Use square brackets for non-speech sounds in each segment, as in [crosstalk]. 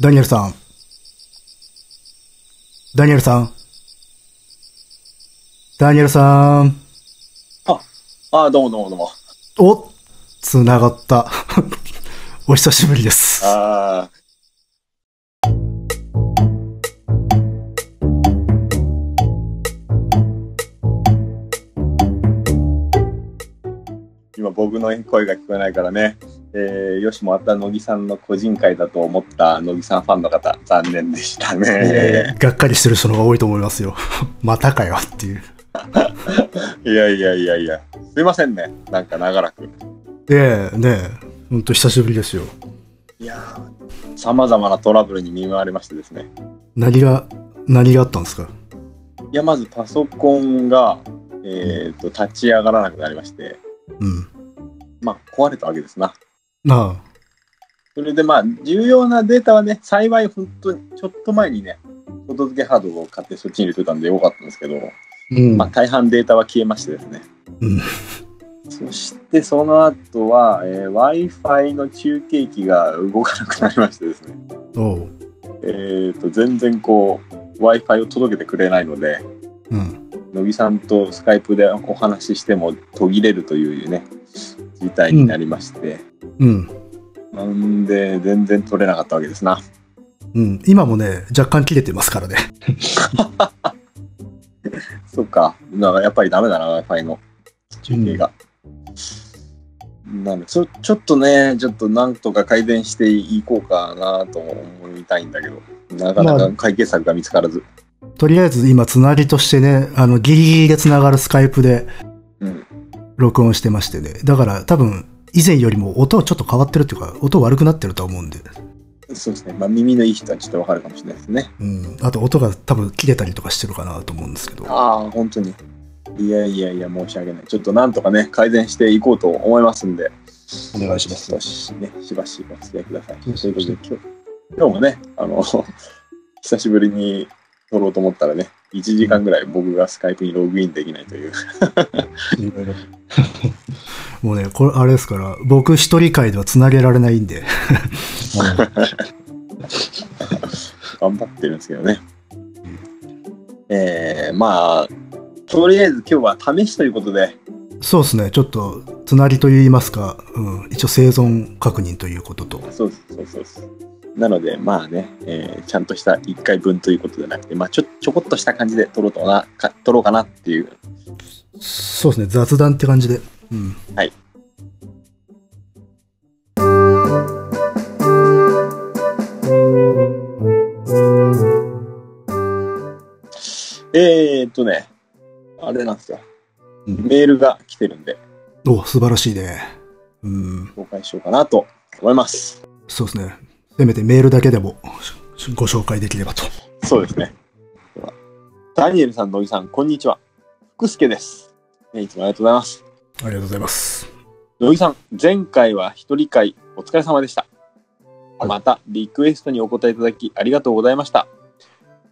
ダニエルさん。ダニエルさん。ダニエルさん。ああ、どうもどうもどうも。お、つながった。 [laughs] お久しぶりです。ああ、今僕の声が聞こえないからね、えー、よしもあった乃木さんの個人会だと思った乃木さんファンの方、残念でしたね。がっかりしてる人の方が多いと思いますよ。 [laughs] またかよっていう。いやいやいやいや、すいませんね、なんか長らく。で、ねえ、ほんと久しぶりですよ。いやさまざまなトラブルに見舞われましてですね。何が、何があったんですかいや、まずパソコンが、えー、と立ち上がらなくなりまして、うん。まあ、壊れたわけですな。なあ、それでまあ、重要なデータはね、幸い本当にちょっと前にね、外付けハードを買ってそっちに入れてたんでよかったんですけど、うんまあ、大半データは消えましてですね。うん。そしてその後は、えー Wi-Fi の中継機が動かなくなりましてですね。おう。えー、と、全然こう、Wi-Fi を届けてくれないので、うん。乃木さんとスカイプでお話ししても途切れるというね、事態になりまして、うん。なんで全然取れなかったわけですな。うん。今もね、若干切れてますからね。そっか、なんかやっぱりダメだな、Wi-Fi の中継が。なんでそちょっとね、ちょっとなんとか改善していこうかなと思いたいんだけど、なかなか解決策が見つからず。とりあえず今、つなぎとしてね、あの、ギリギリでつながるスカイプでうん、録音してましてね。だから多分、以前よりも音ちょっと変わってるっていうか、音悪くなってるとは思うんで。そうですね、まあ、耳のいい人はちょっとわかるかもしれないですね。うん。あと音が多分切れたりとかしてるかなと思うんですけど。ああ、本当に。いやいやいや、申し訳ない。ちょっとなんとかね、改善していこうと思いますんで。お願いしますちょっとしね、しばしお付き合いください。とそうそいううことで、今日今日もね、あの、 [laughs] 久しぶりに撮ろうと思ったらね、1時間ぐらい僕がスカイプにログインできないという。 [laughs] もうね、これ、あれですから、僕一人会ではつなげられないんで。頑張ってるんですけどね。えー、まあ、とりあえず今日は試しということで、そうですね、ちょっと、つなぎと言いますか、うん、一応生存確認ということと。そうですそうそうそう。なので、まあね、えーちゃんとした1回分ということじゃなくて、まあ、ちょちょこっとした感じで撮ろうとなか撮ろうかなっていう。そうですね、雑談って感じで。うん。はい。えー、っとね、あれなんですよ。うんメールが来てるんで、お、素晴らしいね。うん、紹介しようかなと思います。そうですね。せめてメールだけでもしご紹介できればと。そうですね。ではダニエルさん、野木さん、こんにちは。福助です。ねいつもありがとうございます。ありがとうございます。野木さん、前回は一人会お疲れ様でした。はいまた、リクエストにお答えいただきありがとうございました。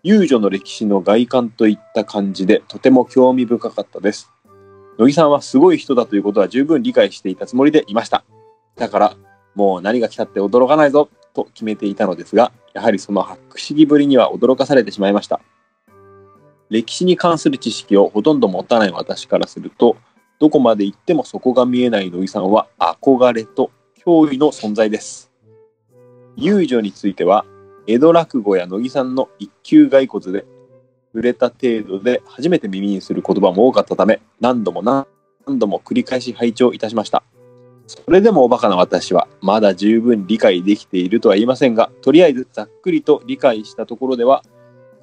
遊女の歴史の外観といった感じで、とても興味深かったです。野木さんはすごい人だということは十分理解していたつもりでいました。だから、もう何が来たって驚かないぞと決めていたのですが、やはりその博識ぶりには驚かされてしまいました。歴史に関する知識をほとんど持たない私からすると、どこまで行っても底が見えない野木さんは憧れと脅威の存在です。遊女については、江戸落語や野木さんの一級骸骨で、触れた程度で初めて耳にする言葉も多かったため、何度も何度も繰り返し拝聴いたしました。それでもおバカな私は、まだ十分理解できているとは言いませんが、とりあえずざっくりと理解したところでは、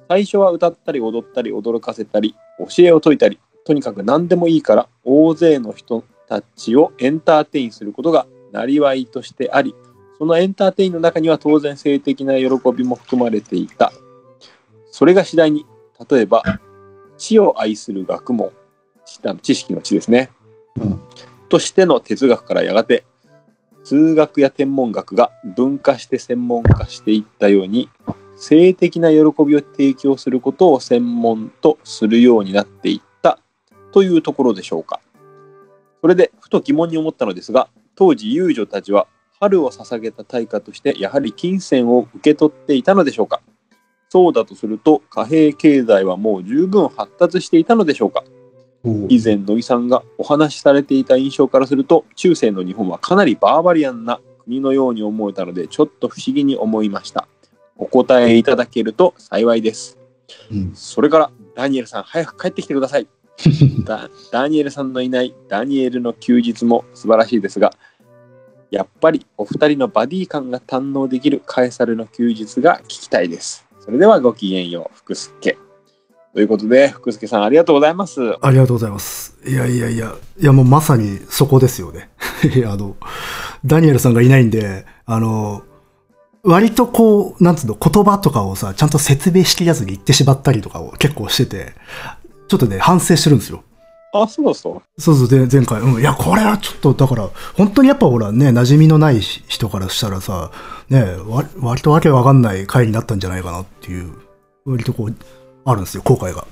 最初は歌ったり踊ったり驚かせたり、教えを説いたり、とにかく何でもいいから大勢の人たちをエンターテインすることがなりわいとしてありそのエンターテインの中には当然性的な喜びも含まれていたそれが次第に例えば知を愛する学問知知識の知ですね、うんとしての哲学からやがて数学や天文学が文化して専門化していったように性的な喜びを提供することを専門とするようになっていったというところでしょうか。それでふと疑問に思ったのですが当時遊女たちは春を捧げた対価としてやはり金銭を受け取っていたのでしょうかそうだとすると貨幣経済はもう十分発達していたのでしょうか以前野木さんがお話しされていた印象からすると中世の日本はかなりバーバリアンな国のように思えたのでちょっと不思議に思いましたお答えいただけると幸いですうんそれからダニエルさん早く帰ってきてくださいダダニエルさんのいないダニエルの休日も素晴らしいですがやっぱりお二人のバディ感が堪能できるカエサルの休日が聞きたいですそれではごきげんよう福助ということで福助さんありがとうございますありがとうございます。いやいやいや、いやもうまさにそこですよね。 [laughs] いや、あの、ダニエルさんがいないんで、あの、割とこう、なんつうの、言葉とかをさ、ちゃんと説明しきらずに言ってしまったりとかを結構してて、ちょっとね、反省してるんですよ。あそうそうそうそう、で、前回、うん、いや、これはちょっと、だから、本当にやっぱほらね、馴染みのない人からしたらさ、ね、わ割とわけわかんない回になったんじゃないかなっていう、割とこう、あるんですよ、後悔が。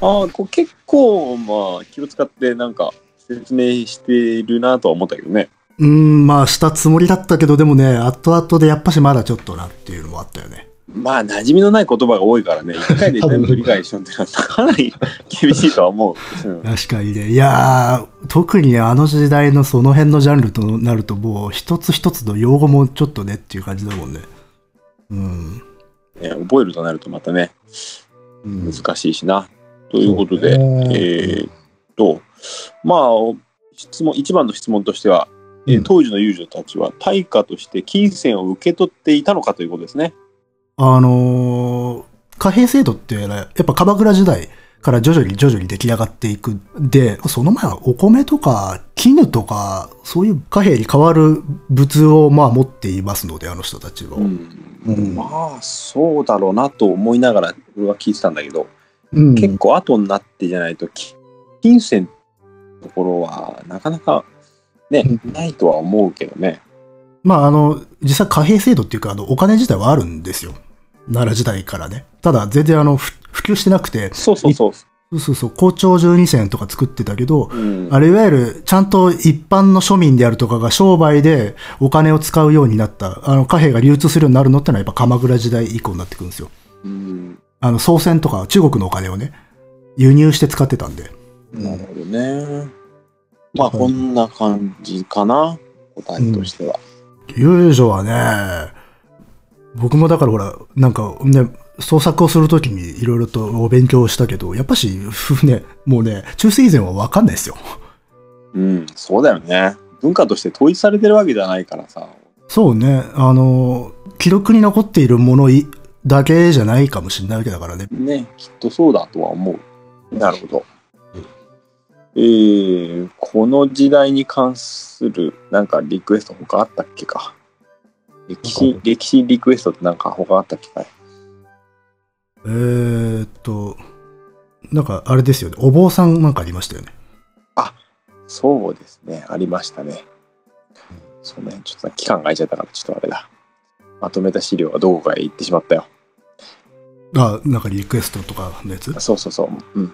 ああ、こう結構、まあ、気を使って、なんか、説明してるなとは思ったけどね。うーん、まあ、したつもりだったけど、でもね、後々でやっぱしまだちょっとなっていうのもあったよね。まあ、馴染みのない言葉が多 [laughs] いからね、一回で全部理解しようってのは、かなり厳しいとは思う。うん確かにね。いやー、特にあの時代のその辺のジャンルとなると、もう一つ一つの用語もちょっとねっていう感じだもんね。うん。ね覚えるとなるとまたね、うん、難しいしな。ということで、そうねえーっと、まあ、質問、一番の質問としては、えーうん当時の遊女たちは対価として金銭を受け取っていたのかということですね。あのー貨幣制度ってね、やっぱ鎌倉時代から徐々に徐々に出来上がっていく。で、その前はお米とか絹とか、そういう貨幣に代わる物をまあ持っていますので、あの人たちは。うんまあ、そうだろうなと思いながら、俺は聞いてたんだけど、うん結構後になってじゃないと、き金銭のところはなかなかねう、ないとは思うけどね。まあ、あの、実際貨幣制度っていうか、あの、お金自体はあるんですよ。奈良時代からね。ただ、全然あの、ふ普及してなくて、そうそうそう。そうそうそう、校長12銭とか作ってたけど、うんあれ、いわゆる、ちゃんと一般の庶民であるとかが商売でお金を使うようになった、あの、貨幣が流通するようになるのってのはやっぱ鎌倉時代以降になってくるんですよ。うんあの、宋銭とか中国のお金をね、輸入して使ってたんで。なるほどね。まあ、こんな感じかな、答えとしては。遊女はね、僕もだからほら、なんかね、創作をするときにいろいろとお勉強したけど、やっぱし、ふね、もうね、中世以前はわかんないですよ。うん、そうだよね。文化として統一されてるわけじゃないからさ。そうね、あの、記録に残っているものいだけじゃないかもしれないわけだからね。ね、きっとそうだとは思う。なるほど。えー、この時代に関するなんかリクエスト他あったっけか歴なん史、歴史リクエストってなんか他あったっけかいえーっと、なんかあれですよね、お坊さんなんかありましたよね。そうですね、ありましたね。そうね、ちょっと期間が空いちゃったからちょっとあれだ。まとめた資料がどこかへ行ってしまったよ。あ、なんかリクエストとかのやつ。そうそうそう。うん。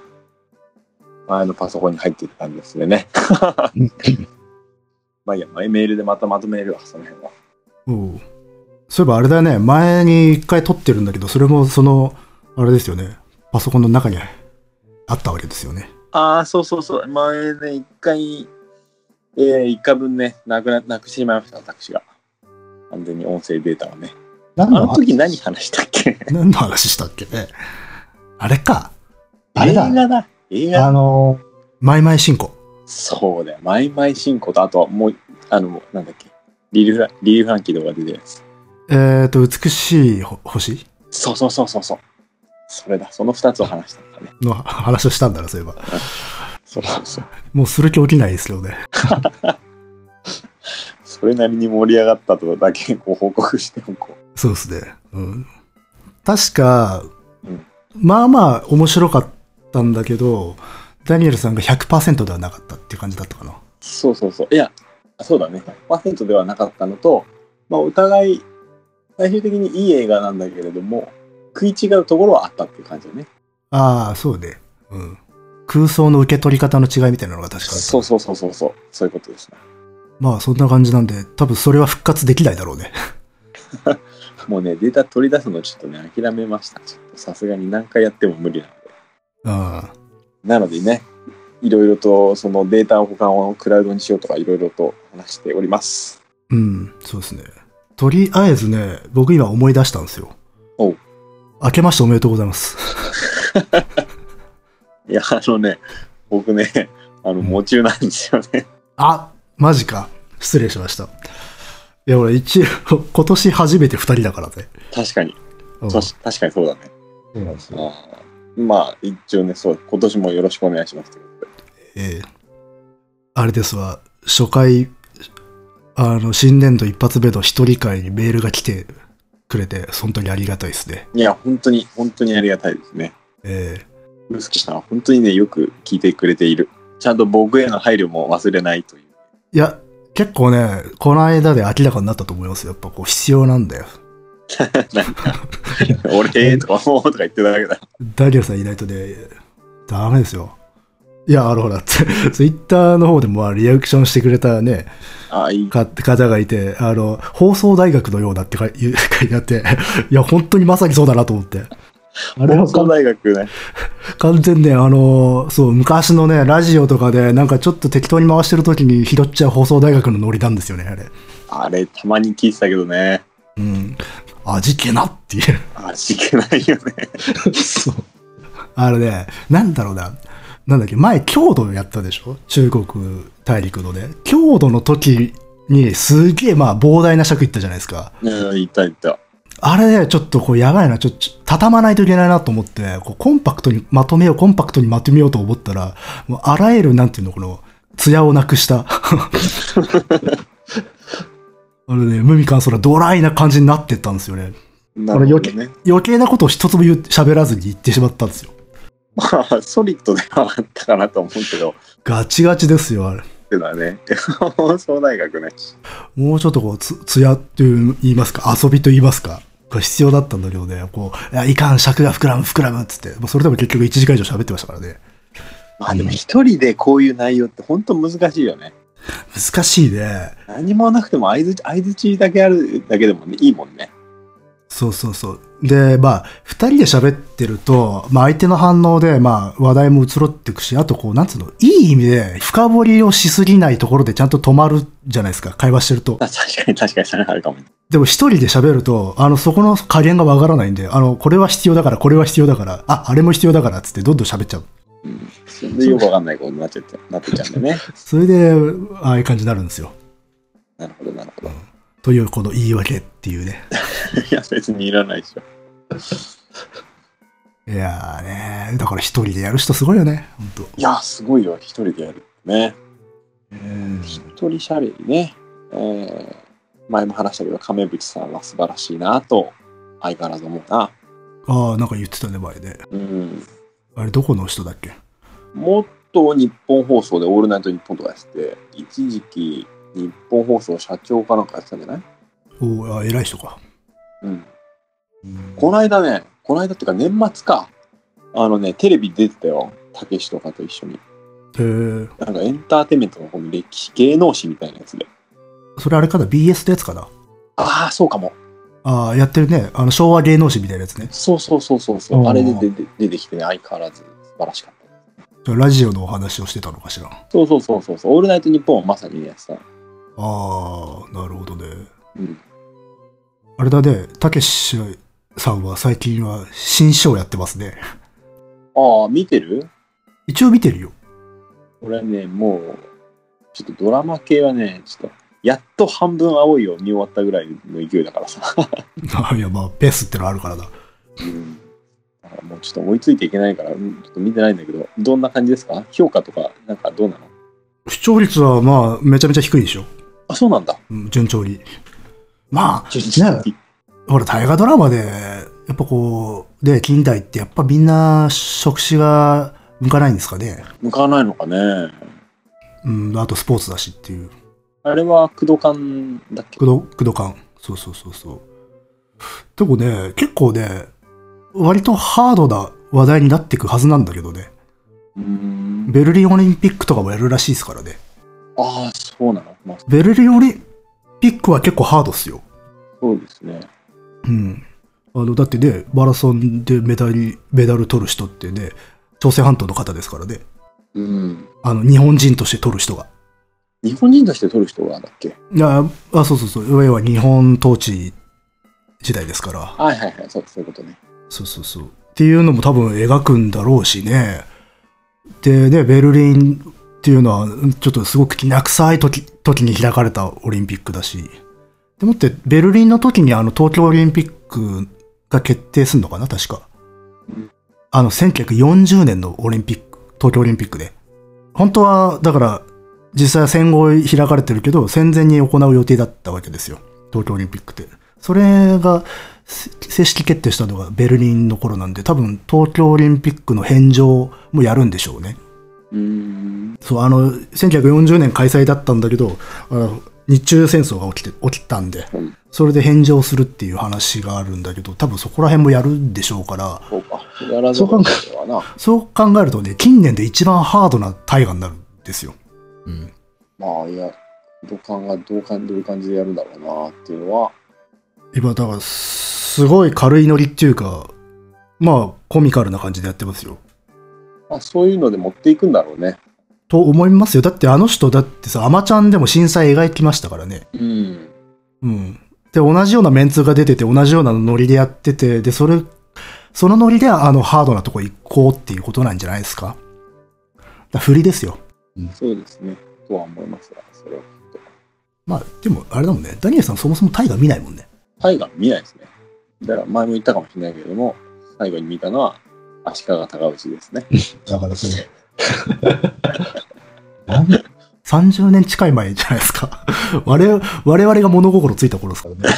前のパソコンに入ってたんですよね。 [laughs] まあいいや、まあメールでまたまとめるわ、その辺は。おうそういえばあれだよね、前に一回撮ってるんだけど、それもその、あれですよね、パソコンの中にあったわけですよね。ああ、そうそうそう。前ね、一回、えー、一回分ね、なくな、なくしてしまいました、私が。完全に音声データをね。あ何の時話何話したっけ何の話したっけね。あれか、あれだ映画だ。映画あのマイマイ進行。そうだよ。マイマイ進行と、あとはもう、あの、なんだっけ。リリーフラ、リリーフランキーとか出てるやつ。えーっと、美しいほ星そうそうそうそうそう。それだ。その二つを話したんだね。の話をしたんだな、そういえば。そうそうそう。もうする気起きないですよね。それなりに盛り上がったとだけご報告しておこそうですね。うん。確か、うんまあまあ面白かったんだけど、ダニエルさんが100%ではなかったっていう感じだったかな。う。そうそうそう。いや、そうだね。100%ではなかったのと、まあ、お互い、最終的にいい映画なんだけれども、食い違うところはあったっていう感じだね。ああ、そうね。うん。空想の受け取り方の違いみたいなのが確かあったそうそうそうそうそう。そういうことですね。まあそんな感じなんで、多分それは復活できないだろうね。もうね、データ取り出すのちょっとね、諦めました。ちょっとさすがに何回やっても無理なので。うん。なのでね、いろいろとそのデータ保管をクラウドにしようとかいろいろと話しております。うん、そうですね。とりあえずね、僕今思い出したんですよ。おう明けましておめでとうございます。いや、あのね、僕ね、あの、ん夢中なんですよね。あ、マジか。失礼しました。いや、俺一応、今年初めて二人だからね。確かに、うん確確かにそうだね。そうなんですよあーまあ、一応ね、そう、今年もよろしくお願いしますということで。ええあれですわ、初回、あの、新年度一発目の一人会にメールが来てくれて、本当にありがたいですね。いや、本当に、本当にありがたいですね。えうすきさんは本当にね、よく聞いてくれている。ちゃんと僕への配慮も忘れないという。えいや、結構ね、この間で明らかになったと思いますよ。やっぱこう、必要なんだよ。なんか、俺、えーとか、もうとか言ってただけだ。ダニエルさんいないとね、ダメですよ。いや、あのほら、 [laughs] ツツイッターの方でもまあリアクションしてくれたね、 [laughs] あ、いい。か方がいて、あの、放送大学のようだって書いいう [laughs] 書いてあって、いや、本当にまさにそうだなと思って。あれは放送大学ね。完全ね、あの、そう、昔のね、ラジオとかで、なんかちょっと適当に回してる時に拾っちゃう放送大学のノリなんですよね、あれ。あれ、たまに聞いてたけどね。うん。味気なっていう。味気ないよね。そう。あれね、なんだろうな。なんだっけ、前、郷土やったでしょ中国大陸のね。郷土の時に、すげえ、まあ、膨大な尺いったじゃないですか。うん、 [laughs] いたいた。あれね、ちょっとこう、やばいな、ちょっと、畳まないといけないなと思って、こう、コンパクトにまとめよう、コンパクトにまとめようと思ったら、もう、あらゆる、なんていうの、この、艶をなくした。 [laughs] あれね、無味乾燥な、ドライな感じになってったんですよね。なこれるほ余ど計ね。余計なことを一つも言う喋らずに言ってしまったんですよ。まあ、ソリッドではあったかなと思うけど、ガチガチですよ、あれ。っていうのはね、 [laughs] 放送大学ね。もうちょっとこう、つ、つやっていう言いますか、遊びと言いますか、が必要だったんだけどね、こう、いやいかん、尺が膨らむ、膨らむっつって、まあ、それでも結局1時間以上喋ってましたからね。まあでも一人でこういう内容って本当難しいよね。難しいね。何もなくても相づち相づちだけあるだけでもね、いいもんね。 [laughs] そうそうそう。で、まあ、二人で喋ってると、まあ、相手の反応で、まあ、話題も移ろっていくし、あと、こう、なんつうの、いい意味で、深掘りをしすぎないところでちゃんと止まるじゃないですか、会話してると。あ確かに確かにそれあるかもね。でも一人で喋ると、あの、そこの加減がわからないんで、あの、これは必要だから、これは必要だから、あ、あれも必要だから、つってどんどん喋っちゃう。うん。それでよくわかんないことになっちゃって、なってちゃうんでね。それで、ああいう感じになるんですよ。 [laughs] なるほど、なるほ [laughs] ど。という、この言い訳っていうね。いや、別にいらないでしょ。いやーね、だから一人でやる人すごいよね、ほんと。いや、すごいよ、一人でやる。ね。一人喋りね。えー前も話したけど、亀渕さんは素晴らしいなと、相変わらず思うな。ああ、なんか言ってたね、前ね。うん。あれ、どこの人だっけもっと日本放送で「オールナイトニッポン」とかやってて一時期日本放送社長かなんかやってたんじゃないおーあ偉い人か。うんこの間ねこの間っていうか年末かあのねテレビ出てたよたけしとかと一緒にへーなんかエンターテインメントのこの歴史芸能史みたいなやつでそれあれかな ?BS のやつかなああそうかもああ、やってるね。あの、昭和芸能史みたいなやつね。そうそうそうそうそうおーあれで出て出てきてね相変わらず素晴らしかったじゃあラジオのお話をしてたのかしら。あそうそうそうそうそうオールナイトニッポンはまさにねさあ、なるほどね。うんあれだね、たけしさんは最近は新章やってますね。ああ見てる一応見てるよ。 [laughs] 俺ね、もう、ちょっとドラマ系はね、ちょっと、やっと半分青いを見終わったぐらいの勢いだからさ。いや、まあ、ペースってのはあるからだ。うん。だからもうちょっと追いついていけないから、うんちょっと見てないんだけど、どんな感じですか評価とか、なんかどうなの視聴率はまあ、めちゃめちゃ低いでしょ。あ、そうなんだ。うん、順調に。まあ、ちょちょね、ほら、大河ドラマで、やっぱこう、で、近代ってやっぱみんな、職種が向かないんですかね。向かわないのかね。うん、あとスポーツだしっていう。あれは、工藤館だっけ工藤、工藤感。そうそうそうそう。でもね、結構ね、割とハードな話題になっていくはずなんだけどね。うーん。ベルリンオリンピックとかもやるらしいですからね。ああ、そうなの。まあ、ベルリンオリンピックは結構ハードっすよ。そうですね。うん。あの、だってね、マラソンでメダル、メダル取る人ってね、朝鮮半島の方ですからね。うん。あの、日本人として取る人が。日本人として取る人はだっけいやあ、そうそうそう。要は日本統治時代ですから。はいはいはい、そうそういうことね。そうそうそう。っていうのも多分描くんだろうしね。でね、ベルリンっていうのは、ちょっとすごくきな臭い時時に開かれたオリンピックだし。でもって、ベルリンの時にあの東京オリンピックが決定するのかな、確かうん。あの、1940年のオリンピック、東京オリンピックで。本当は、だから、実際は戦後開かれてるけど、戦前に行う予定だったわけですよ。東京オリンピックって。それが、せ正式決定したのがベルリンの頃なんで、多分東京オリンピックの返上もやるんでしょうね。うーん。そう、あの、1940年開催だったんだけど、あの日中戦争が起きて、起きたんで、うんそれで返上するっていう話があるんだけど、多分そこら辺もやるんでしょうから、そうか。やらざるを得ないわな。そう考えるとね、近年で一番ハードな大河になるんですよ。うん。まあ、いや、どう考え、どう感じる感じでやるんだろうなっていうのは、今、だから、すごい軽いノリっていうか、まあ、コミカルな感じでやってますよ。まあ、そういうので持っていくんだろうね。と思いますよ。だってあの人だってさ、アマちゃんでも震災描きましたからね。うん。うん。で、同じようなメンツが出てて、同じようなノリでやってて、で、それ、そのノリであのハードなとこ行こうっていうことなんじゃないですか。だ振りですよ。そうですね。とは思いますが、それは。まあ、でも、あれだもんね。ダニエルさんそもそもタイガー見ないもんね。タイガー見ないですね。だから前も言ったかもしれないけれども、最後に見たのは、足利尊氏ですね。だからそれ。 [laughs] なんだろ30年近い前じゃないですか。 [laughs] 我々、我々が物心ついた頃ですかうね。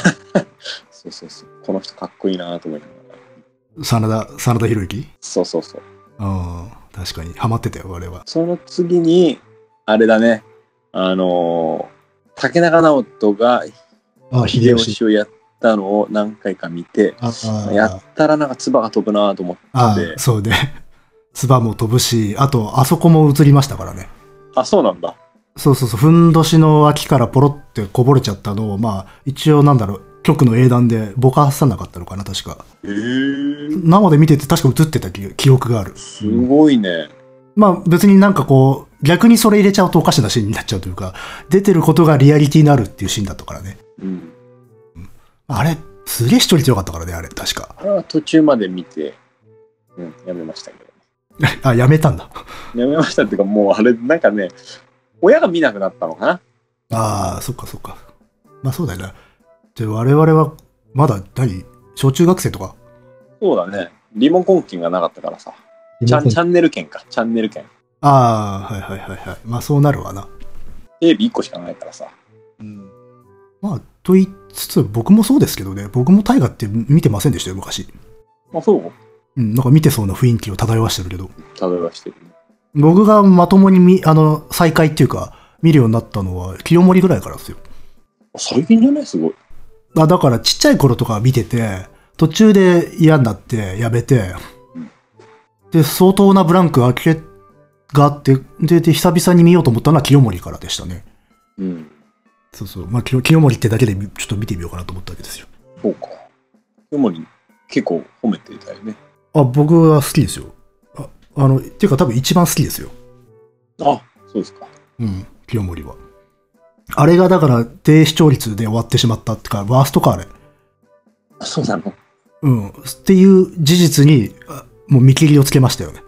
そうそうそう。この人かっこいいなと思いながら。ら。真田、真田広之そうそうそう。うん。確かに。ハマってたよ、我々は。その次に、あれだね、あのー竹中直人があ、秀秀吉。吉をやったのを何回か見て、ああやったらなんか唾が飛ぶなと思って、あであ、そう [laughs] ね。つばも飛ぶし、あと、あそこも映りましたからね。あ、そうなんだ。そうそうそう、ふんどしの脇からポロってこぼれちゃったのを、まあ、一応なんだろう、局の英断でぼかさなかったのかな、確か。へえ。生で見てて確か映ってた記記憶がある。すごいね。まあ別になんかこう、逆にそれ入れちゃうとおかしなシーンになっちゃうというか、出てることがリアリティになるっていうシーンだったからね。うん。あれ、すげえ視聴率良かったからね、あれ、確か。あれは途中まで見て、うん、やめましたけど。あ、やめたんだ。やめましたっていうか、もうあれ、なんかね、親が見なくなったのかなああ、そっかそっか。まあそうだよな。で、我々は、まだ何、小中学生とかそうだね。リモコン券がなかったからさ。チャンチャンネル券か。チャンネル券。ああ、はいはいはいはい。まあそうなるわな。テレビ1個しかないからさ。うんまあ、と言いつつ、僕もそうですけどね、僕も大河って見てませんでしたよ、昔。まあ、そううん、なんか見てそうな雰囲気を漂わしてるけど。例えばしてるね。僕がまともに見、あの、再開っていうか、見るようになったのは、清盛ぐらいからですよ。最近じゃないすごい。あだから、ちっちゃい頃とか見てて、途中で嫌になって、やめてうん、で、相当なブランク開けがあって、で、で、久々に見ようと思ったのは清盛からでしたね。うん。そうそう。まあ、清清盛ってだけで、ちょっと見てみようかなと思ったわけですよ。そうか。でも結構褒めてたよね。あ、僕は好きですよ。あ、あの、っていうか多分一番好きですよ。あ、そうですか。うん、清盛は。あれがだから低視聴率で終わってしまったってか、ワーストか、あれ。あそうなの。うん。っていう事実に、あもう見切りをつけましたよね。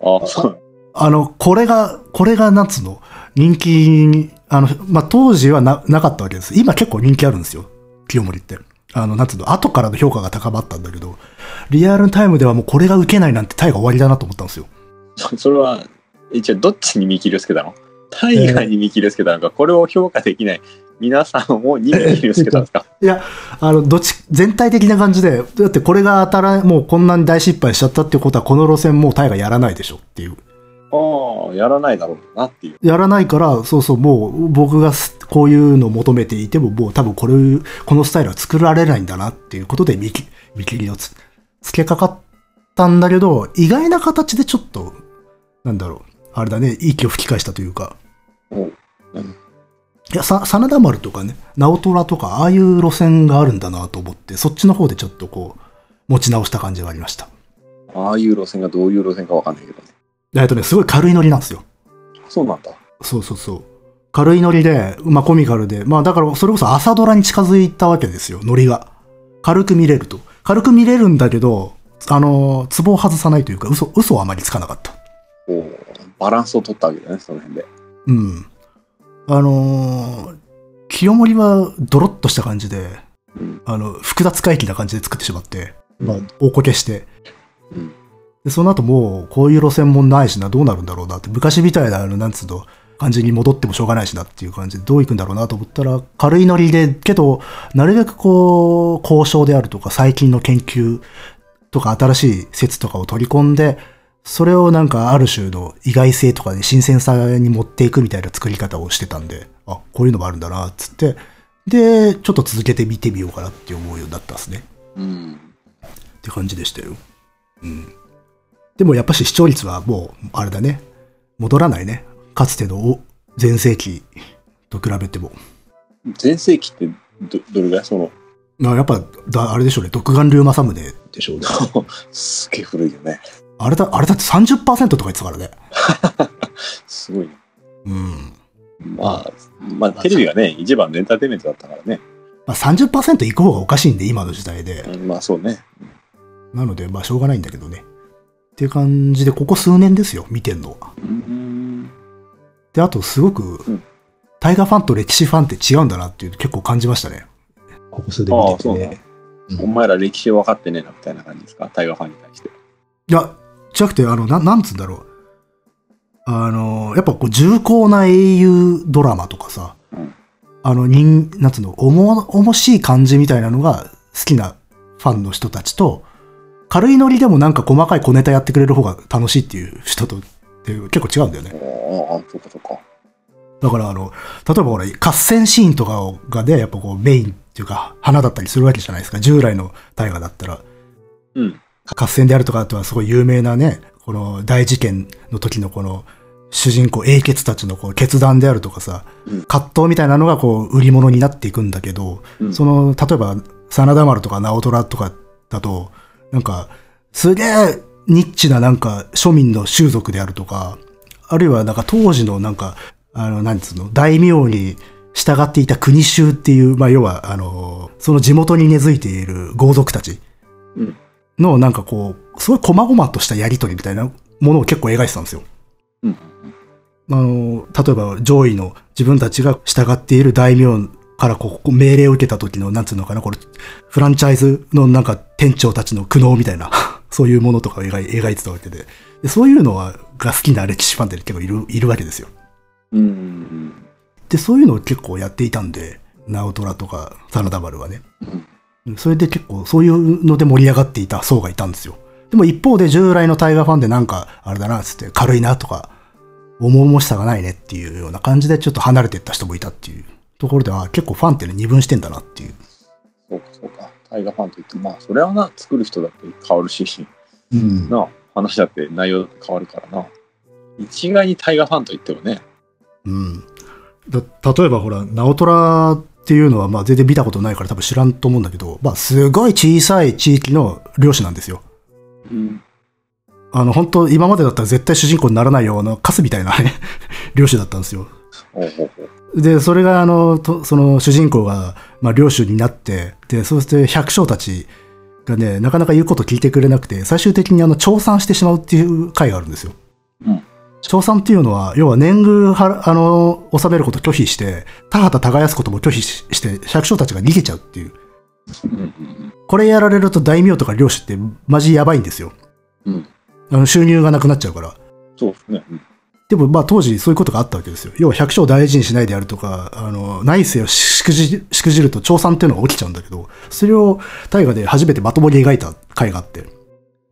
あそう。あの、これが、これがなんつうの、人気に、あの、まあ、当時はな、なかったわけです。今結構人気あるんですよ。清盛って。あの、なんつうの、後からの評価が高まったんだけど、リアルタイムではもうこれが受けないなんて大が終わりだなと思ったんですよ。それは、一応どっちに見切りをつけたの大河に見切りをつけたのか、これを評価できない皆さんをに見切りをつけたんですか。いや、あの、どっち、全体的な感じで、だってこれが当たらもうこんなに大失敗しちゃったっていうことは、この路線もうタイがやらないでしょっていう。ああ、やらないだろうなっていう。やらないから、そうそう、もう僕がすこういうのを求めていても、もう多分これ、このスタイルは作られないんだなっていうことで見き、見切りをつ、つけかかったんだけど、意外な形でちょっと、なんだろう、あれだね、息を吹き返したというか。おういや、さ、真田丸とかね、直虎とか、ああいう路線があるんだなと思って、そっちの方でちょっとこう、持ち直した感じがありました。ああいう路線がどういう路線かわかんないけどね。えっとね、すごい軽いノリなんですよ。そうなんだ。そうそうそう。軽いノリで、まあコミカルで、まあだからそれこそ朝ドラに近づいたわけですよ、ノリが。軽く見れると。軽く見れるんだけど、あの、ツボを外さないというか、嘘、嘘はあまりつかなかった。おうバランスを取ったわけだね、その辺で。うん。あのー清盛はドロッとした感じで、うん。あの、複雑回帰な感じで作ってしまって、まあ、大こけして。うんで、その後もう、こういう路線もないしな、どうなるんだろうなって、昔みたいな、あの、なんつうの、感じに戻ってもしょうがないしなっていう感じで、どういくんだろうなと思ったら、軽いノリで、けど、なるべくこう、交渉であるとか、最近の研究とか、新しい説とかを取り込んで、それをなんか、ある種の意外性とかで新鮮さに持っていくみたいな作り方をしてたんで、あ、こういうのもあるんだな、つって、で、ちょっと続けて見てみようかなって思うようになったんですね。うん。って感じでしたよ。うん。でもやっぱし視聴率はもう、あれだね。戻らないね。かつてのお前世紀と比べても。全盛期ってどどれぐらいその、 [laughs] まあやっぱだ、あれでしょうね。独眼竜政宗。でしょうね。すげえ古いよね。あれだ、あれだって30%とか言ってたからね。すごいね。うん。まあ、まあ、テレビがね、一番のエンターテインメントだったからね。まあ、30%行く方がおかしいんで、今の時代で。うんまあ、そうね。なので、まあしょうがないんだけどね。っていう感じで、ここ数年ですよ、見てんのは。うん。で、あとすごくうん、タイガーファンと歴史ファンって違うんだなっていうの結構感じましたね。ここ数で見ててね。お前ら歴史分かってねえな、みたいな感じですかタイガーファンに対して。いや、違くて、あの、ななんつうんだろう。あの、やっぱこう、重厚な英雄ドラマとかさ、うんあの、人、なんつうの、おも、おもしい感じみたいなのが好きなファンの人たちと、軽いノリでもなんか細かい小ネタやってくれる方が楽しいっていう人と、っていう結構違うんだよね。ああ、そうかそうか。だからあの、例えばほら、合戦シーンとかをがね、やっぱこうメインっていうか、花だったりするわけじゃないですか。従来の大河だったら。うん。合戦であるとか、あとはすごい有名なね、この大事件の時のこの主人公英傑たちのこう決断であるとかさ、うん葛藤みたいなのがこう売り物になっていくんだけど、うんその、例えば、真田丸とか直虎とかだと、なんか、すげえニッチななんか庶民の習俗であるとか、あるいはなんか当時のなんか、あの、なんつうの、大名に従っていた国衆っていう、まあ要は、あの、その地元に根付いている豪族たちうんのなんかこう、すごい細々としたやりとりみたいなものを結構描いてたんですよ。うん。あの、例えば上位の自分たちが従っている大名からこう命令を受けた時の、なんつうのかな、これ、フランチャイズのなんか店長たちの [laughs] 苦悩みたいな、そういうものとかを描い描いてたわけでで、そういうのはが好きな歴史ファンって結構いるいるわけですよ。うん。で、そういうのを結構やっていたんで、直虎とか真田丸はね。うんそれで結構そういうので盛り上がっていた層がいたんですよ。でも一方で従来のタイガーファンでなんか、あれだな、つって軽いなとか、重々しさがないねっていうような感じでちょっと離れていった人もいたっていうところでは結構ファンってね二分してんだなっていう。そうかそうか。タイガーファンといって、まあ、それはな、作る人だって変わるし、うん。な、話だって内容だって変わるからな。一概にタイガーファンと言ってもね、うん。だ例えばほら、直虎っていうのはまあ全然見たことないから多分知らんと思うんだけど、まあすごい小さい地域の漁師なんですよ。うん、あの、本当今までだったら絶対主人公にならないようなカスみたいなね、 [laughs] 漁師だったんですよ。おうおうおうで、それが、あの、とその主人公が、まあ、領主になって、で、そして百姓たちがね、なかなか言うこと聞いてくれなくて、最終的に、あの、調産してしまうっていう回があるんですよ。うん調産っていうのは、要は年貢は、あの、納めることを拒否して、田畑耕すことも拒否しして、百姓たちが逃げちゃうっていう。うんこれやられると大名とか領主ってマジやばいんですよ。うんうん、あの、収入がなくなっちゃうから。そうですね。うんでもまあ当時そういうことがあったわけですよ。要は百姓を大事にしないであるとか、あの、内政をしくじしくじると調産っていうのが起きちゃうんだけど、それを大河で初めてまともに描いた回があって、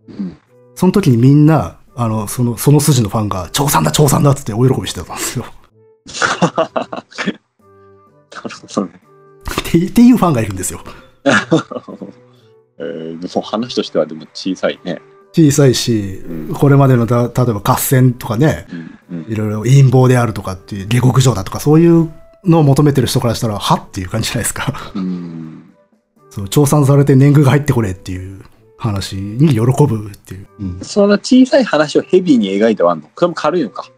うん、その時にみんな、あの、その、その筋のファンが、調産だ調産だっつってお喜びしてたんですよ。 [laughs] なるほどね。ってっていうフ [laughs] ァンがいるんですよ。えー、でも話としてはでも小さいね。小さいし、これまでのた、例えば合戦とかね、うんうんいろいろ陰謀であるとかっていう、下克上だとか、そういうのを求めてる人からしたら、はっていう感じじゃないですか。うんそう、調査されて年貢が入ってこれっていう話に喜ぶっていう。うんそんな小さい話をヘビーに描いてはあんのこれも軽いのか。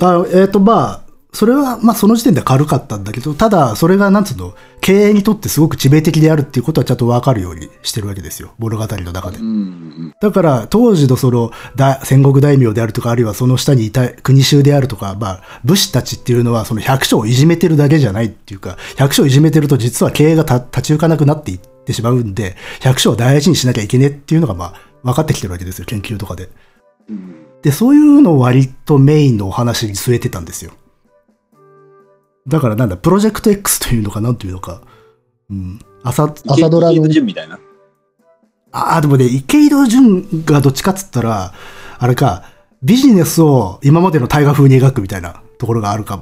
あえっ、と、まあ、それは、まあ、その時点では軽かったんだけど、ただ、それが、なんつうの、経営にとってすごく致命的であるっていうことはちゃんとわかるようにしてるわけですよ。物語の中でう。んだから、当時のその、だ戦国大名であるとか、あるいはその下にいた国衆であるとか、まあ、武士たちっていうのは、その百姓をいじめてるだけじゃないっていうか、百姓をいじめてると実は経営がた立ち行かなくなっていってしまうんで、百姓を大事にしなきゃいけねえっていうのが、まあ、分かってきてるわけですよ、研究とかで。うんで、そういうのを割とメインのお話に据えてたんですよ。だからなんだ、プロジェクト X というのかなんというのか、うん、朝、朝ドラの池井戸潤みたいな。ああ、でもね、池井戸潤がどっちかっつったら、あれか、ビジネスを今までの大河風に描くみたいなところがあるか。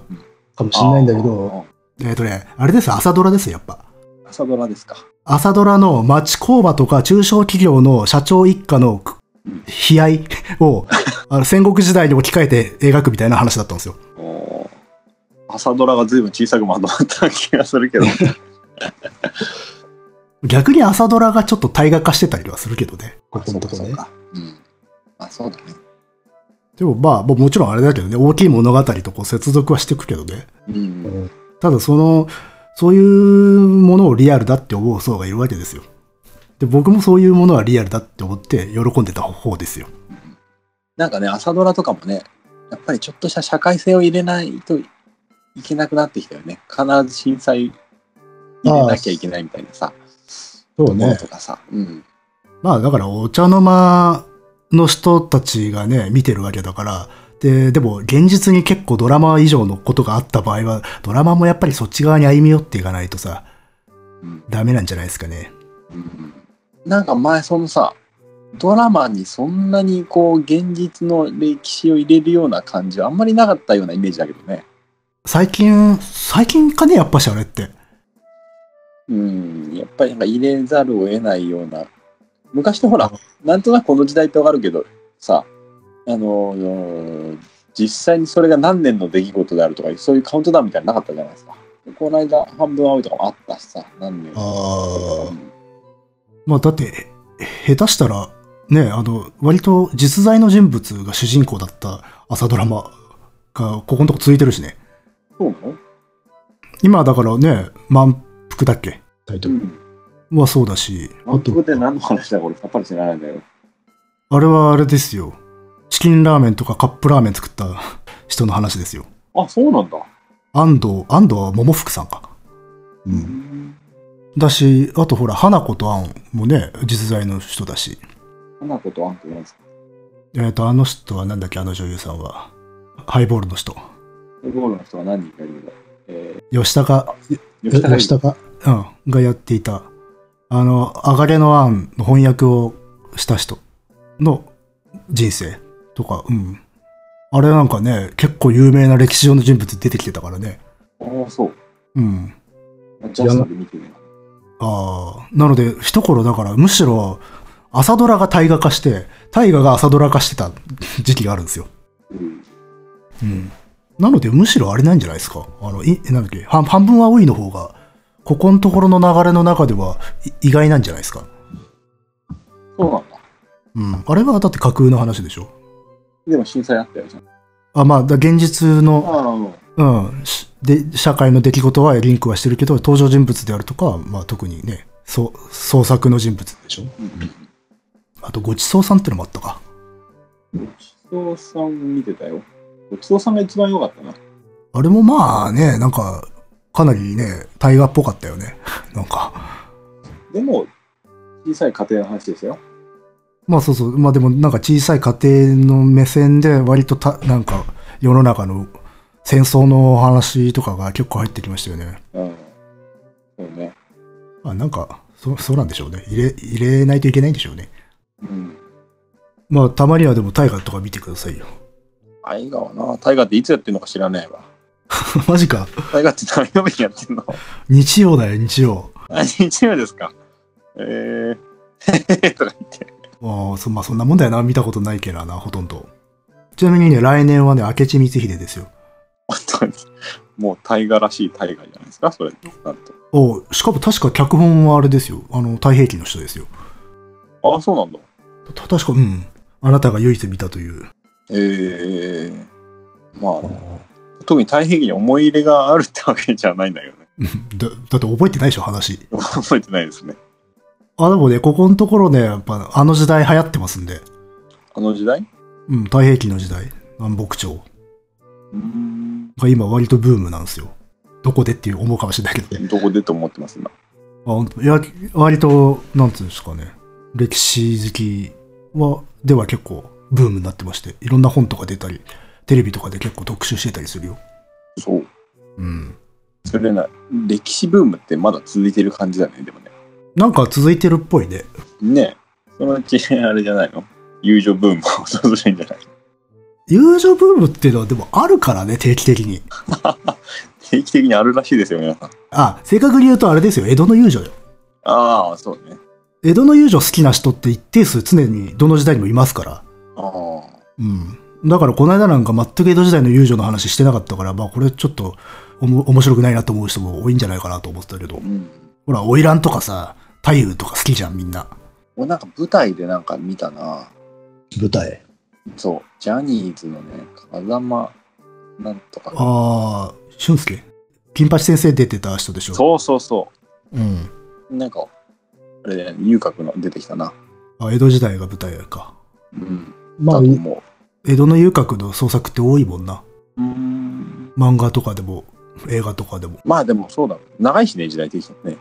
かもしれないんだけど、えっ、とね、あれです、朝ドラです、やっぱ。あー。朝ドラですか。朝ドラの町工場とか中小企業の社長一家のく悲哀を、あの戦国時代に置き換えて描くみたいな話だったんですよ。おー朝ドラが随分小さくまとまった気がする [laughs] けど。逆に朝ドラがちょっと大河化してたりはするけどね。ここのとこね。あそうかそうかうんあ、そうだね。でもまあ、もうもちろんあれだけどね、大きい物語とこう接続はしていくけどね。うん。ただその、そういうものをリアルだって思う層がいるわけですよ。で、僕もそういうものはリアルだって思って喜んでた方ですよ。なんかね、朝ドラとかもね、やっぱりちょっとした社会性を入れないといけなくなってきたよね。必ず震災入れなきゃいけないみたいなさ、そうものね。とかさ。うん。まあだからお茶の間の人たちがね、見てるわけだから、で、でも現実に結構ドラマ以上のことがあった場合は、ドラマもやっぱりそっち側に歩み寄っていかないとさ、うんダメなんじゃないですかね。うんなんか前そのさ、ドラマにそんなにこう現実の歴史を入れるような感じはあんまりなかったようなイメージだけどね。最近、最近かね、やっぱしあれって。うん、やっぱりなんか入れざるを得ないような。昔ってほら、なんとなくこの時代ってわかるけど、さ、あのー実際にそれが何年の出来事であるとか、そういうカウントダウンみたいなのなかったじゃないですか。でこの間、半分青いとかもあったしさ、何年。あまあだって、へ下手したら、ね、あの、割と実在の人物が主人公だった朝ドラマが、ここのとこ続いてるしね。そうなの今だからね、満腹だっけあ、タイうトル。ん。はそうだし、あとで何の話だこれ、さっぱり知らないんだよ。あれはあれですよ。チキンラーメンとかカップラーメン作った人の話ですよ。あ、そうなんだ。安藤、安藤桃福さんか。う。うんん。だし、あとほら、花子とアンもね、実在の人だし。そんなことあんてないですか。えっ、と、あの人はなんだっけ、あの女優さんは。ハイボールの人。ゴールの人は何人かいるんだ。え吉高ー、吉高由え里吉高。うん、がやっていた、あの、あがれのアンの翻訳をした人の人生とか、うん。あれなんかね、結構有名な歴史上の人物出てきてたからね。ああ、そう。うん。ジャストで見てみようああ、なので、一頃だから、むしろ、朝ドラが大河化して、大河が朝ドラ化してた [laughs] 時期があるんですよ。うん。うん。なので、むしろあれなんじゃないですか。あの、い、なんだっけ、半半分青いの方が、ここのところの流れの中では、い意外なんじゃないですか。そうなんだ。うん。あれはだって架空の話でしょ。でも震災あったよ。あまあ、だ現実の、ああ、うん、しで社会の出来事はリンクはしてるけど登場人物であるとか、まあ、特にねそう創作の人物でしょうん。あとごちそうさんってのもあったかごちそうさん見てたよ。ごちそうさんが一番良かったな。あれもまあねなんかかなりね大河っぽかったよね [laughs] なんかでも、小さい家庭の話でしたよ。まあそうそうまあでもなんか小さい家庭の目線で割とたなんか世の中の戦争の話とかが結構入ってきましたよねうん。そうね。あなんかそそうなんでしょうね入れ入れないといけないんでしょうねうん。まあたまにはでも大河とか見てくださいよ [laughs] 大河はな、大河っていつやってるのか知らないわ。マジか。大河って何曜日にやってんの日曜だよ、日曜。 [laughs] あ、日曜ですか。えー、とか言って。ああ、そまあそんなもんだよな。見たことないけどな、ほとんど。ちなみにね、来年はね、明智光秀ですよ。もう大河らしい大河じゃないですか、それ。なんとおうしかも確か脚本はあれですよ。あの、太平記の人ですよ。ああ、そうなんだ。た確か、うん。あなたが唯一見たという。ええまあ、特に太平記に思い入れがあるってわけじゃないんだけどね。うんだだって覚えてないでしょ、話。覚えてないですね。あ、でもね、ここのところね、やっぱあの時代流行ってますんで。あの時代うん、太平記の時代、南北朝うーん。が今割とブームなんですよ。どこでっていう思うかもしれないけど。どこでと思ってます、今。あ本当いや割と、なんつうんですかね、歴史好きは、では結構ブームになってまして、いろんな本とか出たり、テレビとかで結構特集してたりするよ。そう。うん。それな、歴史ブームってまだ続いてる感じだね、でもね。なんか続いてるっぽいね。ねえ。そのうち、 [laughs] あれじゃないの友情ブームが訪れるんじゃない友情ブームっていうのはでもあるからね、定期的に。定期的にあるらしいですよ、皆さん。あ、正確に言うとあれですよ、江戸の遊女よ。ああ、そうね。江戸の遊女好きな人って一定数常にどの時代にもいますから。ああ。うん。だからこの間なんか全く江戸時代の遊女の話してなかったから、まあこれちょっとおも面白くないなと思う人も多いんじゃないかなと思ってたけどう。ん。ほら、花魁とかさ、太夫とか好きじゃん、みんな。俺なんか舞台でなんか見たな。舞台。そう。ジャニーズのね、風間なんとか。あー、俊介。金八先生出てた人でしょ。。そうそうそううん。う。なんか、あれだよね、遊郭の出てきたな。あ、江戸時代が舞台か。うん。まあだと、思江戸の遊郭の創作って多いもんな。う。うん。漫画とかでも、映画とかでも。まあでもそうだろう。長いしね、時代的にね。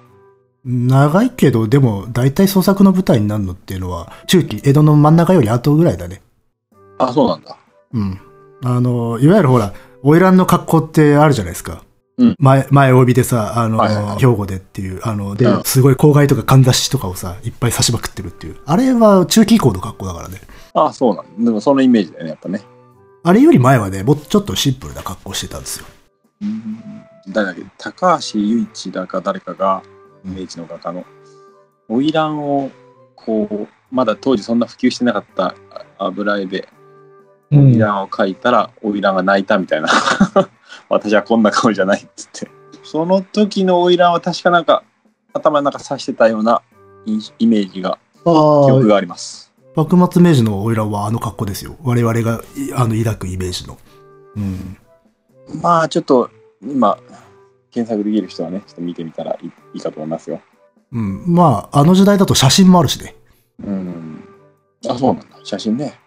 長いけど、でも、大体創作の舞台になるのっていうのは、中期、江戸の真ん中より後ぐらいだね。あ、そうなんだ。うん。あの、いわゆるほら、花魁の格好ってあるじゃないですか。うん前、前帯でさ、あの、はいはいはい兵庫でっていう、あの、でうん、すごい郊外とかかんざしとかをさ、いっぱい差しまくってるっていう。あれは中期以降の格好だからね。あ、そうなんだ。でもそのイメージだよね、やっぱね。あれより前はね、もうちょっとシンプルな格好してたんですよ。誰だっけ高橋由一だか誰かが明治の画家の花魁をこうまだ当時そんな普及してなかったあ油絵で花魁を描いたら花魁が泣いたみたいな [laughs] 私はこんな顔じゃないっつってその時の花魁は確かなんか頭なんか刺してたような印イメージがあ記あ憶、があります幕末明治の花魁はあの格好ですよ。我々がいあの抱くイメージの。うん。まあちょっと今検索できる人はねちょっと見てみたらいいいいかと思いますようん。まあ、あの時代だと写真もあるしね。うんあそうなんだ写真ね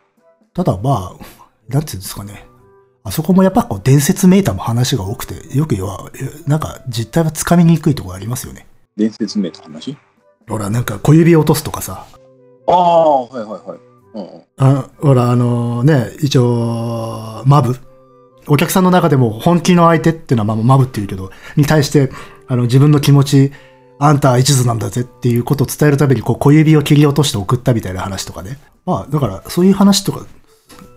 ただまあ、なんていうんですかね。あそこもやっぱこう伝説メーターも話が多くて、よく要は、えなんか実態はつかみにくいところありますよね。伝説名と話ほら、なんか小指落とすとかさ。ああはいはいはい、うんうん、あほら、あのね、一応、マブ。お客さんの中でも本気の相手っていうのはまあマブっていうけど、に対して、あの、自分の気持ち、あんたは一途なんだぜっていうことを伝えるために、こう、小指を切り落として送ったみたいな話とかね。まあ、だから、そういう話とか、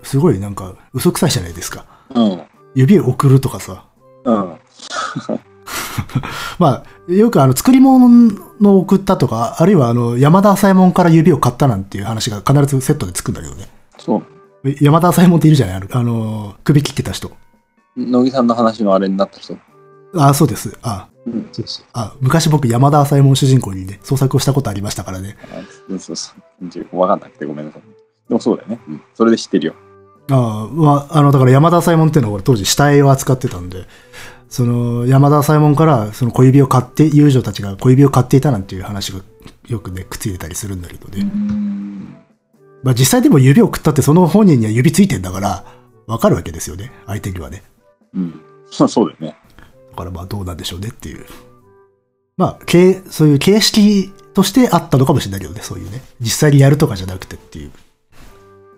すごいなんか、嘘くさいじゃないですか。うん指を送るとかさ。うんまあ、よくあの、作り物の送ったとか、あるいはあの、山田朝右衛門から指を買ったなんていう話が必ずセットでつくんだけどね。そうえ山田朝右衛門っているじゃないあの、あの首切ってた人。乃木さんの話のあれになった人あ、そうです。あ、うんそうそうあ、昔僕山田朝右衛門主人公にね、創作をしたことありましたからね。あそうそうそう分かんなくてごめんなさいでもそうだよね、うん、それで知ってるよあまあ、あの、だから山田朝右衛門っていうのは俺当時下絵を扱ってたんで、その、山田朝右衛門からその小指を買って、遊女たちが小指を買っていたなんていう話がよくね、くっついてたりするんだけどね。まあ、実際でも指を食ったってその本人には指ついてんだから分かるわけですよね相手にはねうん [laughs] そうそうだよねだからまあどうなんでしょうねっていうまあ形そういう形式としてあったのかもしれないけどねそういうね実際にやるとかじゃなくてっていう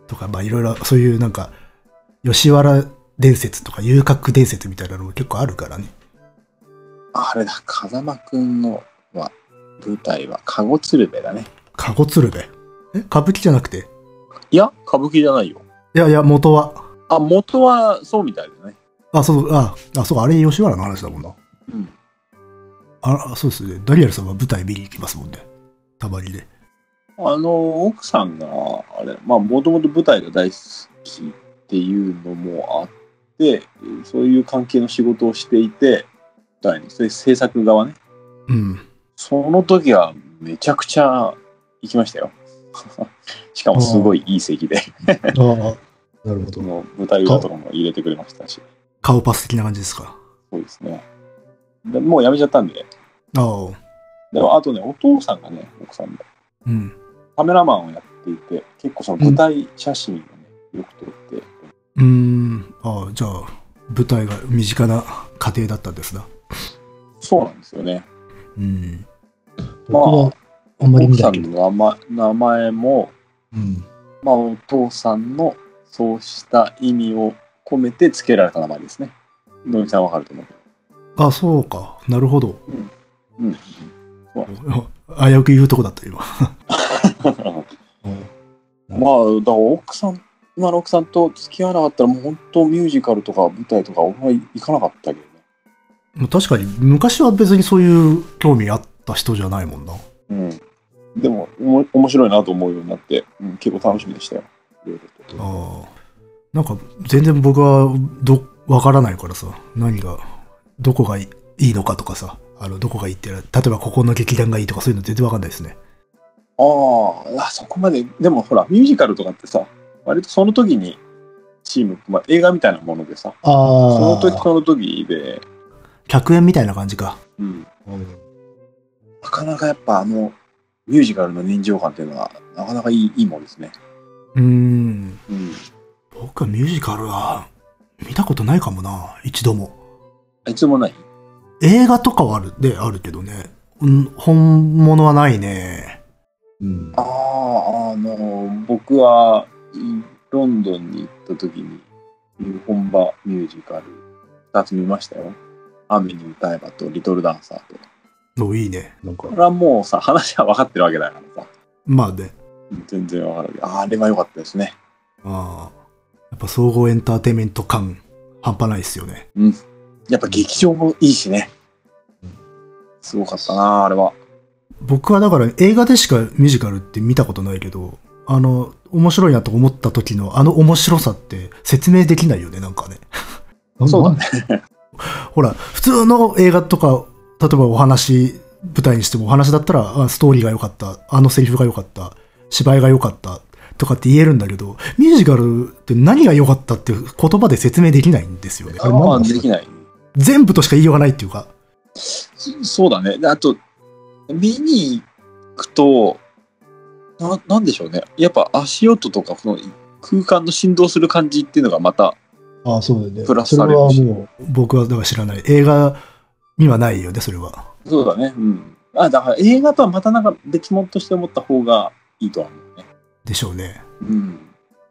とかまあいろいろそういうなんか吉原伝説とか遊郭伝説みたいなのも結構あるからねあれだ風間くんのは舞台は籠鶴瓶だね籠鶴瓶え歌舞伎じゃなくていや歌舞伎じゃないよいやいや元はあ元はそうみたいだねあそうああそうかあれ吉原の話だもんなうんあそうですねダニエルさんは舞台見に行きますもんねたまにねあの、奥さんが、あれ、まあ、もともと舞台が大好きっていうのもあって、そういう関係の仕事をしていて、舞台のそういう制作側ね。うん。その時はめちゃくちゃ行きましたよ。 [laughs] しかもすごいいい席で、ああ、なるほど。もう舞台裏とかも入れてくれましたし、顔パス的な感じですか。そうですね。でもう辞めちゃったんで、ああ。でもあとね、お父さんがね、奥さんがうん。カメラマンをやっていて、結構その舞台写真をね、よく撮って、うーん。ああ、じゃあ、舞台が身近な家庭だったんですな。そうなんですよね。うん。ま僕はあ、あんまり見奥なさいけんど。の名前名前も、うん。まあ、お父さんのそうした意味を込めて付けられた名前ですね。野木さんわかると思うけど。あ、そうか。なるほど。うん。あ危うく言うとこだった、今。 [laughs] まあ、だから奥さん、今の奥さんと付き合わなかったら、もう本当ミュージカルとか舞台とか、俺は行かなかったけどね。まあ確かに、昔は別にそういう興味あった人じゃないもんな。うん。でも、おも面白いなと思うようになって、うん、結構楽しみでしたよ。いろいろとああ。なんか、全然僕は、ど、わからないからさ、何が、どこがいいいのかとかさ、あの、どこがいいって、例えばここの劇団がいいとかそういうの全然わかんないですね。ああ、そこまで、でもほら、ミュージカルとかってさ、割とその時にチーム、まあ、映画みたいなものでさ、ああ。その時その時で、客演みたいな感じか。うん、うんなかなかやっぱあの、ミュージカルの臨場感っていうのは、なかなかいいいいもんですね。うーん。うん。僕はミュージカルは、見たことないかもな、一度も。あいつもない映画とかはある、で、あるけどね。うん、本物はないね。うん。ああ、あの、僕は、いロンドンに行った時に、本場ミュージカル2つ見ましたよ。雨に歌えばと、リトルダンサーと。のいいね。なんかこれはもうさ、話は分かってるわけだからさ。まあね。全然分かるわけ。ああれは良かったですね。ああ。やっぱ総合エンターテインメント感、半端ないっすよね。やっぱ劇場もいいしね。すごかったな、あれは。僕はだから映画でしかミュージカルって見たことないけど、あの、面白いなと思った時のあの面白さって説明できないよね、なんかね。 [laughs] そうだねね。 [laughs] ほら、普通の映画とか、例えばお話、舞台にしてもお話だったら、あストーリーが良かった、あのセリフが良かった、芝居が良かったとかって言えるんだけど、ミュージカルって何が良かったって言葉で説明できないんですよねあ。れまあなんだできない。全部としか言いようがないっていうか。そそうだね。であと、見に行くと、な、なんでしょうね。やっぱ足音とか、この空間の振動する感じっていうのがまた、ああ、そうだよね。プラスされるしそれはも僕はだから知らない。映画にはないよね、それは。そうだね。うん。あ、だから映画とはまたなんか別物として思った方がいいとは思うね。でしょうね。うん。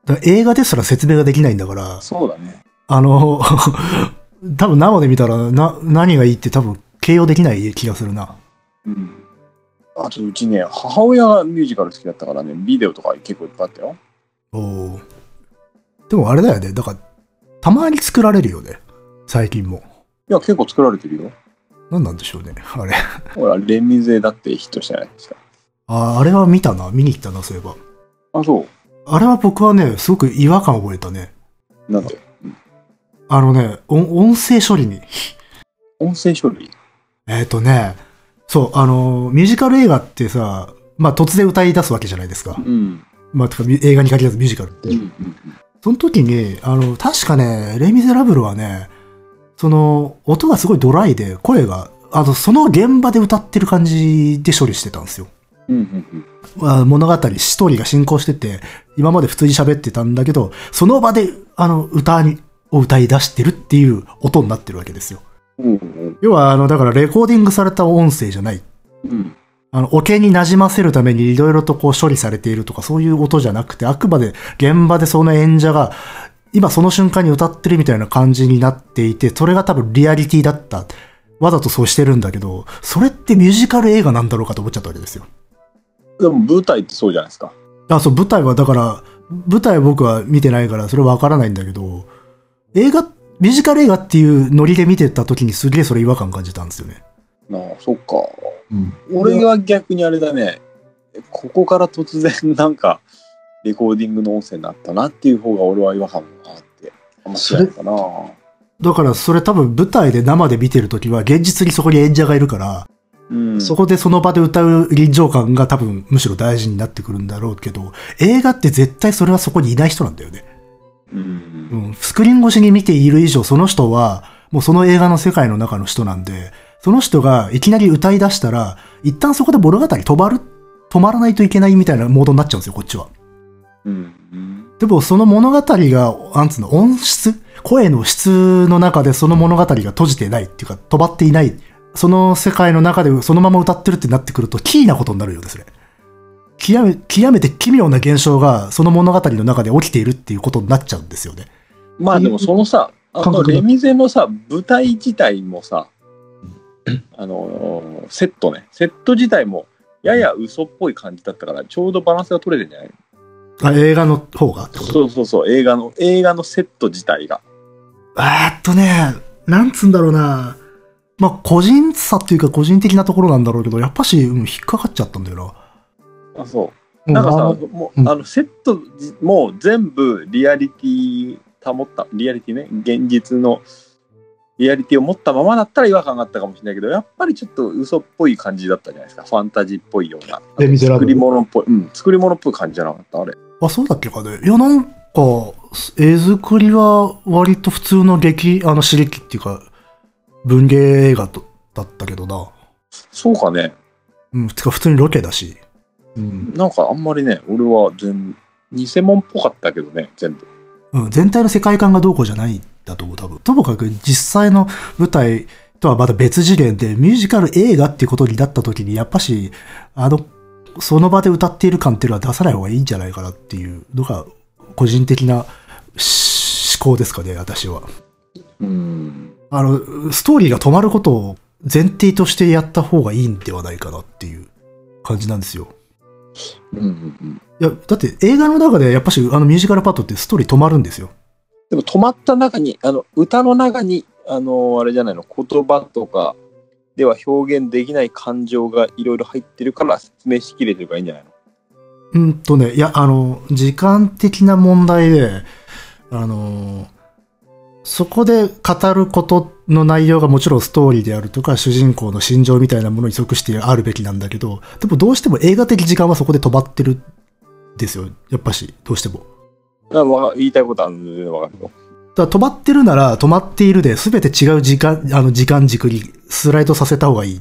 だから映画ですら説明ができないんだから、そうだね。あの、 [laughs] 多分生で見たらな何がいいって多分形容できない気がするな。うん。あと、うちね、母親がミュージカル好きだったからね、ビデオとか結構いっぱいあったよ。おーでもあれだよね。だから、たまに作られるよね。最近も。いや、結構作られてるよ。何なんでしょうね。あれ。ほら、レミゼだってヒットしたじゃないですか。ああれは見たな。見に行ったな、そういえば。あ、そあれは僕はね、すごく違和感を覚えたね。う。なんであのね、音音声処理に。音声処理えっ、とね、そう、あの、ミュージカル映画ってさ、まあ突然歌い出すわけじゃないですか。うん。まあ、てかみ映画に限らずミュージカルってうん。う。ん。その時に、あの、確かね、レ・ミゼラブルはね、その、音がすごいドライで、声が、あの、その現場で歌ってる感じで処理してたんですよ。うん。うん。うん。まあ、物語、ストーリーが進行してて、今まで普通に喋ってたんだけど、その場で、あの、歌に、を歌い出してるっていう音になってるわけですよ。うん要は、あの、だからレコーディングされた音声じゃない。うんあの、桶に馴染ませるためにいろいろとこう処理されているとかそういう音じゃなくて、あくまで現場でその演者が今その瞬間に歌ってるみたいな感じになっていて、それが多分リアリティだった。わざとそうしてるんだけど、それってミュージカル映画なんだろうかと思っちゃったわけですよ。でも舞台ってそうじゃないですか。あ、そう、舞台はだから、舞台は僕は見てないからそれわからないんだけど、映画、ミュージカル映画っていうノリで見てた時にすげえそれ違和感感じたんですよね。なあ、そっか。う、うん。俺は逆にあれだね。こここから突然なんかレコーディングの音声になったなっていう方が俺は違和感があって面白いかなだからそれ多分舞台で生で見てるときは現実にそこに演者がいるから、うんそこでその場で歌う臨場感が多分むしろ大事になってくるんだろうけど、映画って絶対それはそこにいない人なんだよね。ううんん、スクリーン越しに見ている以上、その人は、もうその映画の世界の中の人なんで、その人がいきなり歌い出したら、一旦そこで物語止まる、止まらないといけないみたいなモードになっちゃうんですよ、こっちは。うんでも、その物語が、なんつうの、音質声の質の中でその物語が閉じてないっていうか、止まっていない。その世界の中でそのまま歌ってるってなってくると、キーなことになるようですね。極め、極めて奇妙な現象が、その物語の中で起きているっていうことになっちゃうんですよね。まあでもそのさあ感の覚だレミゼのさ舞台自体もさあのーセットねセット自体もやや嘘っぽい感じだったからちょうどバランスが取れてんじゃないあ映画の方がってことそうそうそう映画の映画のセット自体がえーっとね、なんつうんだろうな。まあ、個人差っていうか個人的なところなんだろうけど、やっぱし、うん、引っかかっちゃったんだよな。あそううんなんかさ、あのもううんあのセットじもう全部リアリティ保った、リアリティね、現実のリアリティを持ったままだったら違和感があったかもしれないけど、やっぱりちょっと嘘っぽい感じだったじゃないですか、ファンタジーっぽいような。レミゼラ作ブりル。物っぽい、うん、作り物っぽい感じじゃなかった、あれ。あ、そうだっけかね。いや、なんか、絵作りは割と普通の劇、あの、刺激っていうか、文芸映画とだったけどな。そうかね、うん、てか普通にロケだし。うん。なんかあんまりね、俺は全、偽物っぽかったけどね、全部。うん、全体の世界観がどうこうじゃないんだと思う、多分。ともかく実際の舞台とはまた別次元で、ミュージカル映画っていうことになった時に、やっぱし、あの、その場で歌っている感っていうのは出さない方がいいんじゃないかなっていうのが、個人的なし思考ですかね、私は。うん。あの、ストーリーが止まることを前提としてやった方がいいんではないかなっていう感じなんですよ。うんうんうん。いや、だって映画の中でやっぱしあのミュージカルパートってストーリー止まるんですよ。でも止まった中に、あの歌の中に、あのあれじゃないの、言葉とかでは表現できない感情がいろいろ入ってるから説明しきれてるからいいんじゃないのうんとね、いや、あの、時間的な問題で、あの、そこで語ることの内容がもちろんストーリーであるとか、主人公の心情みたいなものに即してあるべきなんだけど、でもどうしても映画的時間はそこで止まってるんですよ。やっぱし、どうしても。あわか言いたいことは全然わかるだよ。から止まってるなら、止まっているで、全て違う時間、あの、時間軸にスライドさせた方がいい。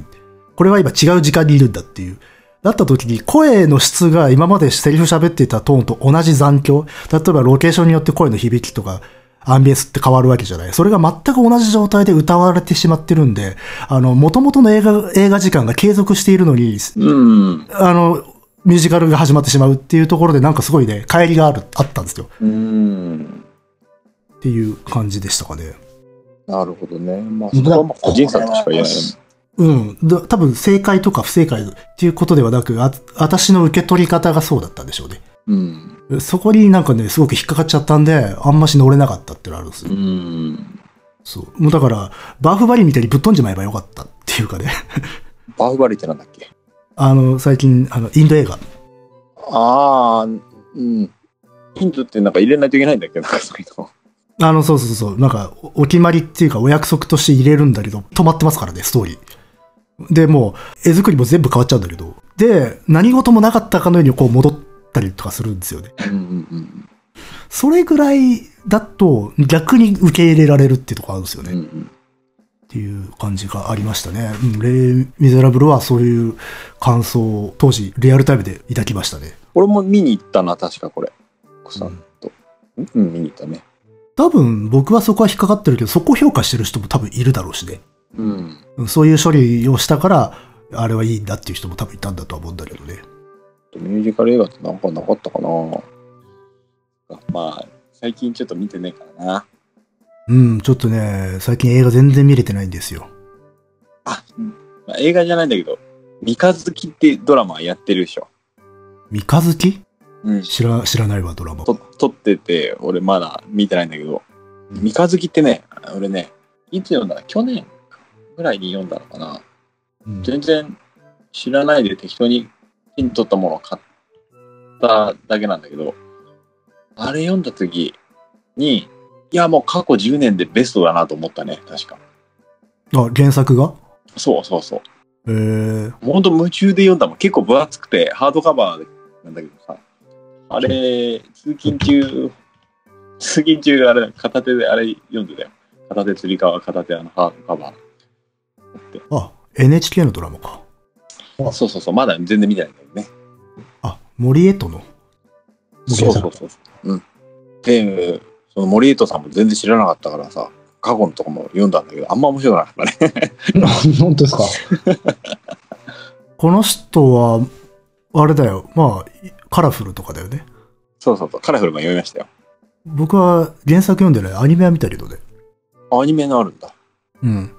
これは今違う時間にいるんだっていう。だった時に、声の質が今までセリフ喋っていたトーンと同じ残響。例えば、ロケーションによって声の響きとか、アンビエンスって変わるわけじゃない。それが全く同じ状態で歌われてしまってるんで、あの、元々の映画、映画時間が継続しているのに、うん。あの、ミュージカルが始まってしまうっていうところで、なんかすごいね、帰りがある、あったんですよ。うん。っていう感じでしたかね。なるほどね。まあ、そ僕こははまあ個人差としか言えない。うん。だ多分正解とか不正解っていうことではなく、あ、私の受け取り方がそうだったんでしょうね。うん。そこになんかね、すごく引っかかっちゃったんで、あんまし乗れなかったっていうのあるんですうよ。ん。そう。もうだから、バーフバリみたいにぶっ飛んじまえばよかったっていうかね。 [laughs] バフバリってなんだっけあの、最近、あの、インド映画。ああ、うん。ヒントってなんか入れないといけないんだっけなんかそういうの。あの、そうそうそう、なんか、おお決まりっていうか、お約束として入れるんだけど、止まってますからね、ストーリー。で、もう、絵作りも全部変わっちゃうんだけど。で、何事もなかったかのようにこう戻ったりとかするんですよね。うんうんそれぐらいだと逆に受け入れられるっていうところあるんですようね、んうっん。ていう感じがありましたね。うん、レイ・ミゼラブルはそういう感想を当時リアルタイムで抱きましたね。俺も見に行ったな、確かこれ。子さんと。うん、うん、見に行ったね。多分僕はそこは引っかかってるけど、そこを評価してる人も多分いるだろうしね。うん。うんそういう処理をしたから、あれはいいんだっていう人も多分いたんだとは思うんだけどね。ミュージカル映画ってなんかなかったかなまあ、最近ちょっと見てねえからな。うん、ちょっとね、最近映画全然見れてないんですよ。あ、まあ、映画じゃないんだけど、三日月ってドラマやってるでしょ。三日月うん。知ら、知らないわ、ドラマ。と撮ってて、俺まだ見てないんだけど、三日月ってね、俺ね、いつ読んだら去年ぐらいに読んだのかな。うん全然知らないで適当に手に取ったものを買っっただけなんだけど、あれ読んだ時に、いやもう過去10年でベストだなと思ったね、確か。あ、原作がそうそうそう。えー、ほんと夢中で読んだもん。結構分厚くて、ハードカバーなんだけどさ。あれ、通勤中、 [laughs] 通勤中、あれ、片手であれ読んでたよ。片手つり革、片手あのハードカバー。あ、NHK のドラマか。そうそうそう、まだ全然見てないんだけどね。あ、森江との。そうそうそう。うん。で、その森江戸さんも全然知らなかったからさ、過去のとこも読んだんだけど、あんま面白くなかったね。 [laughs] 本当ですかこの人は、あれだよ。まあ、いカラフルとかだよね。そうそうそう、カラフルマン読みましたよ。僕は原作読んでない。アニメは見たけどね。アニメのあるんだ。うん。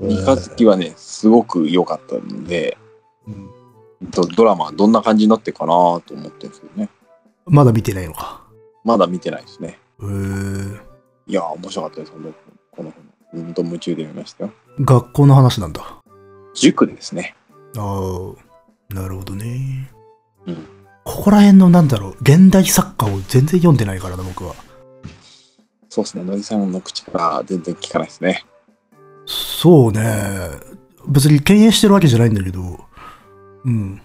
三日月はね、すごく良かったんで、うんドドラマはどんな感じになってるかなと思ってるんですけどね。まだ見てないのか。まだ見てないですね。えー、いやー、面白かったです、本当この本。本当夢中で読みましたよ。学校の話なんだ。塾ですね。ああ、なるほどね。うんここら辺のなんだろう、現代作家を全然読んでないからな、僕は。そうですね、野木さんの口から全然聞かないですね。そうね。別に敬遠してるわけじゃないんだけど、うん。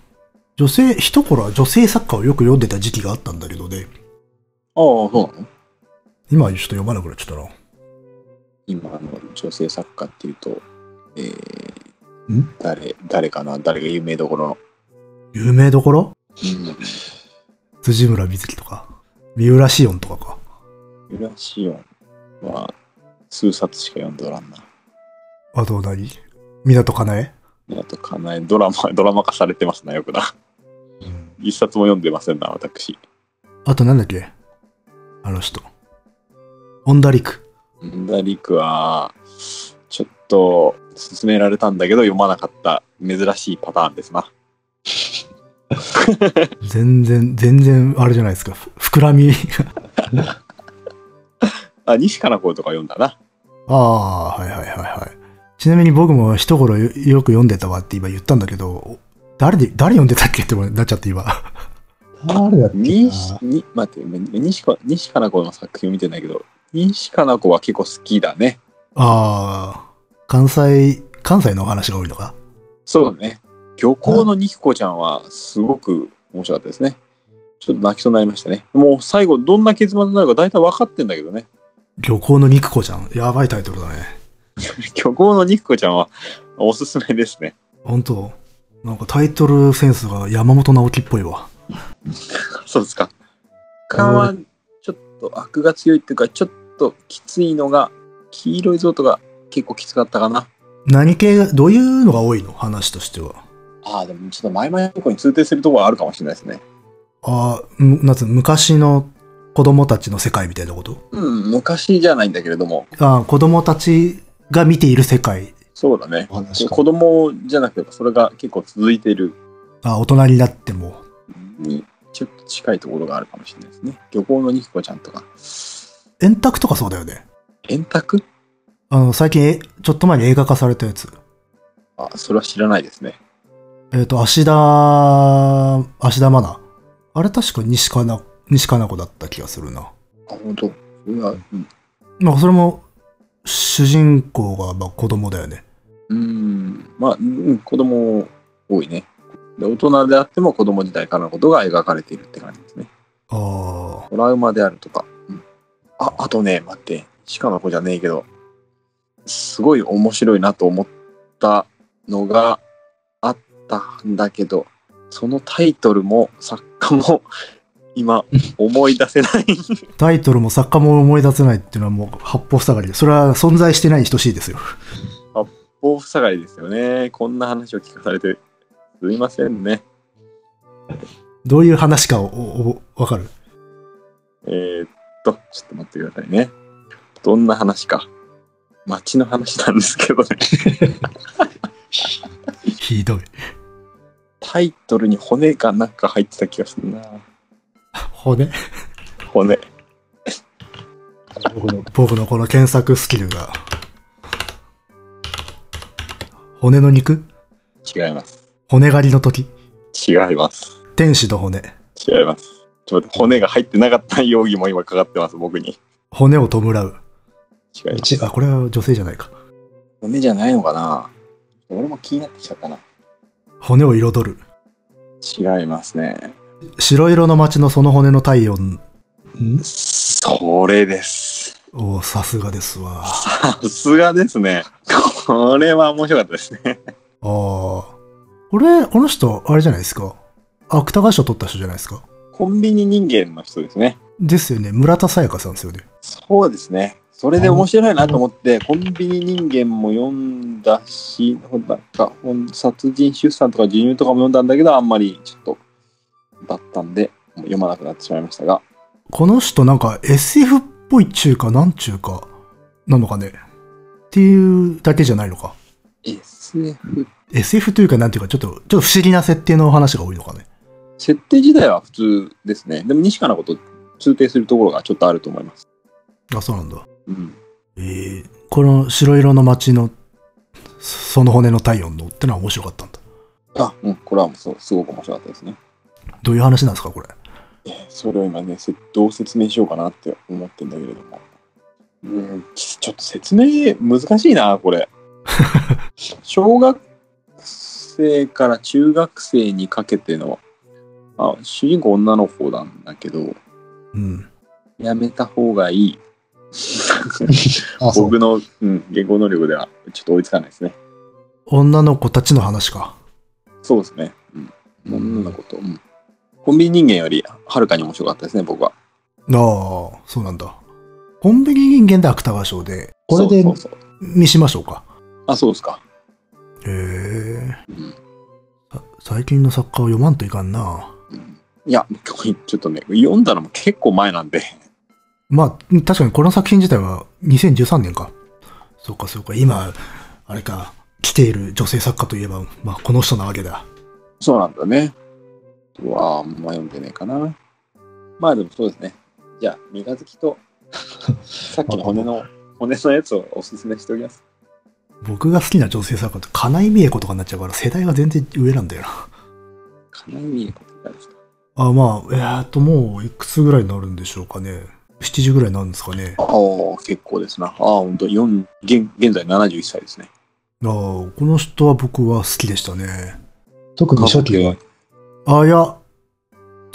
女性、一頃は女性作家をよく読んでた時期があったんだけどね。ああ、そうなの今はちょっと読まなくなっちゃったな。今の女性作家っていうと、えーん誰、誰かな誰が有名どころの。有名どころうん。辻村瑞希とか、三浦紫音とかか。ユラシオンは、数冊しか読んでおらんな。あとは何港かなえあと、かなえ、ドラマ、ドラマ化されてますな、よくな。一冊も読んでませんな、私。あとなんだっけあの人。本田陸。んだりくは、ちょっと、勧められたんだけど、読まなかった、珍しいパターンですな。全然、全然、あれじゃないですか。ふ膨らみ。あ、西かな子とか読んだな。ああ、はいはいはいはい。ちなみに僕も一頃よよく読んでたわって今言ったんだけど、お誰で、誰読んでたっけってなっちゃって今。誰だっけ西、に、待って、西か、西かな子の作品見てないけど、西かな子は結構好きだね。ああ、関西、関西のお話が多いのかそうだね。漁港のニキコちゃんはすごく面白かったですね。ちょっと泣きそうになりましたね。もう最後どんな結末になるか大体分かってんだけどね。 [laughs] 漁港の肉子ちゃん。やばいタイトルだね。漁港のニキコちゃんはおすすめですね。本当なんかタイトルセンスが山本直樹っぽいわ。そうですか。感はちょっと悪が強いっていうか、ちょっときついのが、黄色いゾウとか結構きつかったかな。何系、どういうのが多いの話としては。ああ、でもちょっと前々のとこに通底するところはあるかもしれないですね。ああ、むなんつうの昔の子供たちの世界みたいなことうん、昔じゃないんだけれども、ああ、子供たちが見ている世界。そうだね。お話か子供じゃなくて、それが結構続いているああ、大人になっても。にちょっと近いところがあるかもしれないですね。漁港のニキコちゃんとか。円卓とかそうだよね。円卓あの、最近、えちょっと前に映画化されたやつ。あ、それは知らないですね。えっ、と、芦田、芦田愛菜。あれ確か西かな、西かな子だった気がするな。あ、本当。それは、うん。まあ、それも、主人公が、まあ、子供だよね。うーんまあ、うん、子供多いね。で大人であっても子供時代からのことが描かれているって感じですね。ああ、トラウマであるとか。うん、あ、あとね、待って、鹿の子じゃねえけど、すごい面白いなと思ったのがあったんだけど、そのタイトルも作家も [laughs] 今思い出せない。タイトルも作家も思い出せないっていうのはもう八方塞がりで、それは存在してないに等しいですよ。抱負下がりですよね。こんな話を聞かされて、すいませんね。どういう話かをおおわかるえー、っと、ちょっと待ってくださいね。どんな話か。街の話なんですけどね。 [laughs] ひどい。タイトルに骨がなんか入ってた気がするな。骨骨。僕の僕のこの検索スキルが。骨の肉違います。骨狩りの時違います。天使の骨。違います。ちょっと待って、骨が入ってなかった容疑も今かかってます、僕に。骨を弔う。違います。ちあ、これは女性じゃないか。骨じゃないのかな俺も気になってきちゃったな。骨を彩る。違いますね。白色の街のその骨の体温んそれです。をさすがですわ。あさすがですね。これは面白かったですね。あ。これ、この人、あれじゃないですか。芥川賞取った人じゃないですか。コンビニ人間の人ですね。ですよね。村田沙耶香さんですよね。そうですね。それで面白いなと思って、コンビニ人間も読んだし、ほんなんか本殺人出産とか授乳とかも読んだんだけど、あんまりちょっとだったんで、もう読まなくなってしまいましたが、この人なんか SF っぽい中華なんちゅうか、なのかね。っていうだけじゃないのか。 SF SF というかなんていうか、ちょっと、ちょっと不思議な設定の話が多いのかね。設定自体は普通ですね。でも西川のこと通底するところがちょっとあると思います。あ、そうなんだ。うん。えーこの白色の街の、そその骨の体温のってのは面白かったんだ。あ、うん、これはもうそうすごく面白かったですね。どういう話なんですか、これ。それを今ね、せどう説明しようかなって思ってんだけれども。うん、ちちょっと説明難しいな、[laughs] これ。小学生から中学生にかけての、あ主人公女の子なんだけど、うん。やめた方がいい。 [laughs] あ、そう。僕の、うん、言語能力ではちょっと追いつかないですね。女の子たちの話か。そうですね。うん。女の子と、うん。コンビニ人間よりはるかに面白かったですね、僕あは。あ、そうなんだ。コンビニ人間で芥川賞で、これでそうそうそう見しましょうか。あ、そうですか。へえ。うんさ最近の作家を読まんといかんな。いや、これちょっとね、読んだのも結構前なんで、 [laughs] まあ、確かにこの作品自体は2013年か。そうかそうか、今、あれか、来ている女性作家といえば、まあこの人なわけだ。そうなんだね。うわあ、あんま読んでねえかな。まあでもそうですね。じゃあ、三日月 [laughs] と、さっきの骨の、骨のやつをおすすめしておきます。僕が好きな女性作家って、金井美恵子とかになっちゃうから、世代が全然上なんだよな。金井美恵子って誰ですかあ、まあ、えーっと、もう、いくつぐらいになるんでしょうかね。7時ぐらいになるんですかね。あああ、結構ですな。ああ、ほんと、四現現在71歳ですね。あ、この人は僕は好きでしたね。特に初期は。あ、いや、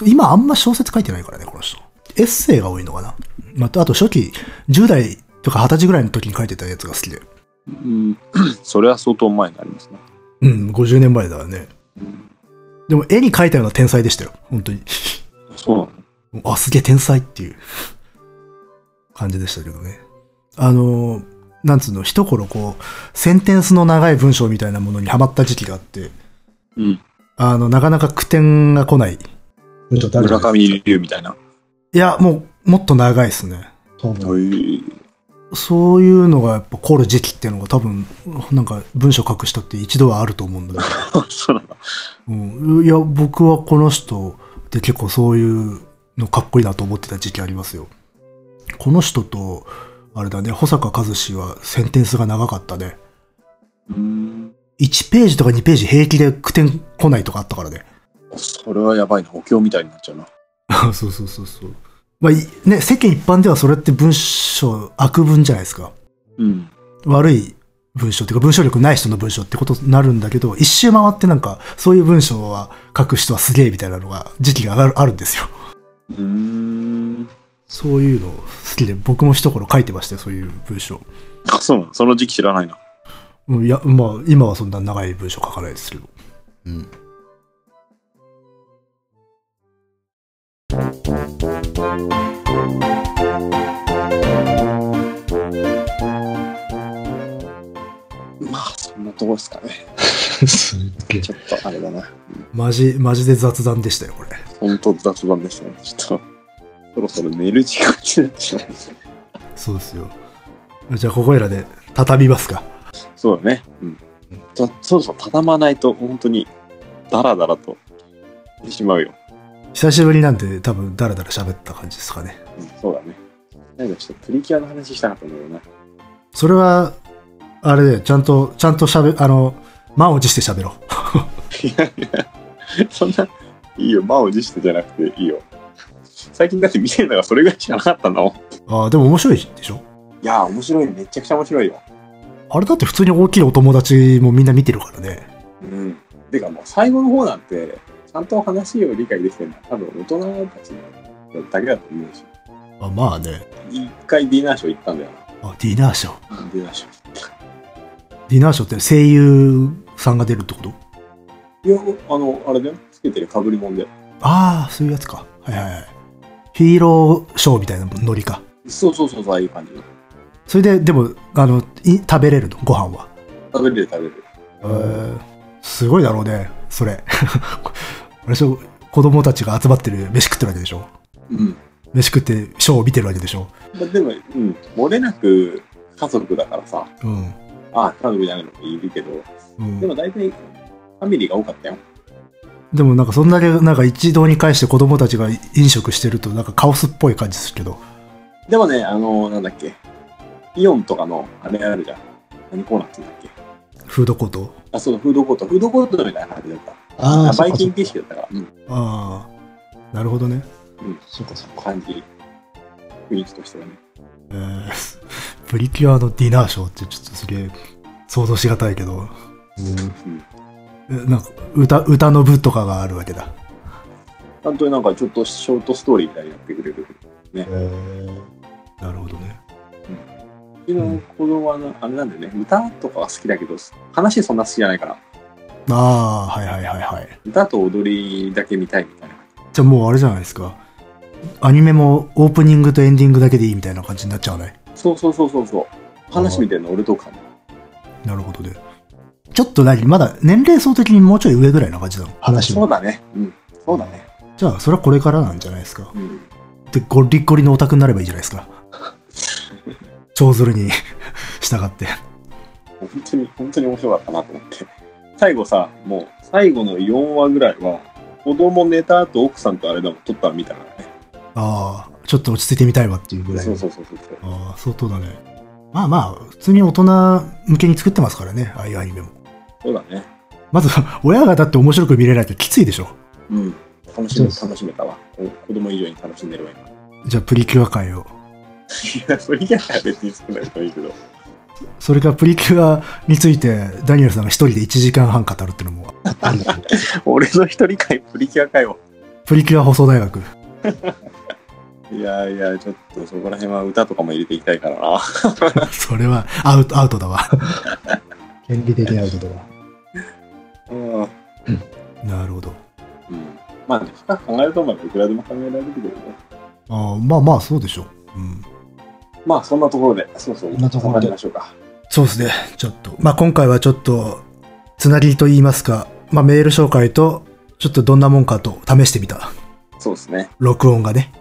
今あんま小説書いてないからね、この人。エッセイが多いのかな。まあ、あと初期、10代とか20歳ぐらいの時に書いてたやつが好きで。うん、それは相当前になりますね。うん、50年前だよね。でも絵に描いたような天才でしたよ、本当に。 [laughs] そうなのあ、すげえ天才っていう感じでしたけどね。あのー、なんつうの、一頃こう、センテンスの長い文章みたいなものにハマった時期があって、うん。あの、なかなか句点が来ない。うんと誰村だ上龍みたいな。いや、もう、もっと長いですね。そうなんだそういうのがやっぱ来る時期っていうのが多分、なんか文章書く人って一度はあると思うんだけ [laughs] ど。 [laughs] そうなんだ。うん、いや、僕はこの人って結構そういうのかっこいいなと思ってた時期ありますよ。この人と、あれだね、保坂和志はセンテンスが長かったね。うん。 1ページとか2ページ平気で句点来ないとかあったからね。それはやばいな。お経みたいになっちゃう [laughs] な。そうそうそうそう。まあ、いね、世間一般ではそれって文章、悪文じゃないですか。うん。悪い文章っていうか文章力ない人の文章ってことになるんだけど、一周回ってなんか、そういう文章は書く人はすげえみたいなのが時期が上がるあるんですよ。うーん。そういうの好きで、僕も一頃書いてましたよ、そういう文章。あ、そうなのその時期知らないな。うんいや、まあ、今はそんな長い文章書かないですけど。うん。まあ、そんなとこですかね。すっげえ。ちょっとあれだな。マジ、マジで雑談でしたよ、これ。本当雑談ですね。ちょっと、そろそろ寝る時間になってしまいました。そうですよ。じゃあ、ここいらで畳みますか。そうだね。うん。ちょそろそろ畳まないと、本当に、ダラダラと、してしまうよ。久しぶりなんで、多分、だらだら喋った感じですかね。うん、そうだね。なんかちょっとプリキュアの話したかったんだけどな。それは、あれで、ちゃんと、ちゃんと喋、あの、満を持して喋ろう。そんな、いいよ、満を持してじゃなくていいよ。最近だって見てるのがそれぐらいしかなかったの。ああ、でも面白いでしょいやー、面白い。めちゃくちゃ面白いよ。あれだって普通に大きいお友達もみんな見てるからね。うん。てかもう最後の方なんて、ちゃんと話を理解できてるのは多分大人たちだけだと思うし。あまあね。一回ディナーショー行ったんだよあ、ディナーショー。な。ディナーショー。ディナーショーって声優さんが出るってこといや、あの、あれだよ。つけてる被り物で。ああ、そういうやつか。はいはいはい。ヒーローショーみたいなノリか。そうそうそう、そうああいう感じの。それで、でも、あの、い食べれるの、ご飯は。食べれる食べれる。えーすごいだろうね、それ。 [laughs] あれでしょ、子供たちが集まってる飯食ってるわけでしょ。うん。飯食ってショーを見てるわけでしょ。まあでも、うん。漏れなく家族だからさ。うん。ああ、家族じゃないのもいるけど。うんでも大体、ファミリーが多かったよ。でもなんかそんだけなんか一堂に会して子供たちが飲食してるとなんかカオスっぽい感じするけど。でもね、あの、なんだっけ、イオンとかの、あれあるじゃん。何コーナーって言うんだっけ。フードコートあ、そう、フードコート。フードコートみたいな感じだった。ああ、バイキそっンか形式だったから、うん、ああ。なるほどね。そっかそっか。感じ。雰囲気としてはね。えー、 [laughs] プリキュアのディナーショーってちょっとすげえ想像しがたいけど、うんえなんか歌、歌の部とかがあるわけだ。本当になんかちょっとショートストーリーみたいになってくれる。えーなるほどね。うちの子供はなあれなんだよね、歌とかは好きだけど、話そんな好きじゃないから、ああ、はいはいはいはい。歌と踊りだけ見たいみたいな。じゃあもうあれじゃないですか。アニメもオープニングとエンディングだけでいいみたいな感じになっちゃわないそうそうそうそうそう。話見てるの俺とかね。なるほどね。ちょっと何まだ年齢層的にもうちょい上ぐらいな感じなの話そうも。だね。うん。そうだね。じゃあそれはこれからなんじゃないですか。うん。でゴリゴリのオタクになればいいじゃないです [laughs] か長鶴に従って本当に、本当に面白かったなと思って。最後さ、もう、最後の4話ぐらいは、子供寝た後、奥さんとあれだもん、撮ったみたいなね。ああちょっと落ち着いてみたいわっていうぐらいそうそうそうそう。ああ相当だねまあまあ普通に大人向けに作ってますからねああいうアニメもそうだね。まず親がだって面白く見れないときついでしょうん。楽しめ、そうそう楽しめたわ。お子供以上に楽しんでるわ、今。いじゃあプリキュア界をや、それ以外は別に作らなくてもいいけど。それからプリキュアについてダニエルさんが一人で1時間半語るっての [laughs] もあるんだけど俺の一人会、プリキュア会を。プリキュア放送大 [laughs] 学いやいや、ちょっとそこら辺は歌とかも入れていきたいからな。それはアウトアウトだわ [laughs] 権利的なことが。うん。うん。なるほどまあね、深く考えると思えばいくらでも考えられるけどね。ああまあまあそうでしょう、うんまあ、そんなところで、そうそう、そんなところでましょうか。そうですね。ちょっと。まあ、今回はちょっと、つなぎりと言いますか、まあ、メール紹介と、ちょっとどんなもんかと試してみた。そうですね。録音がね。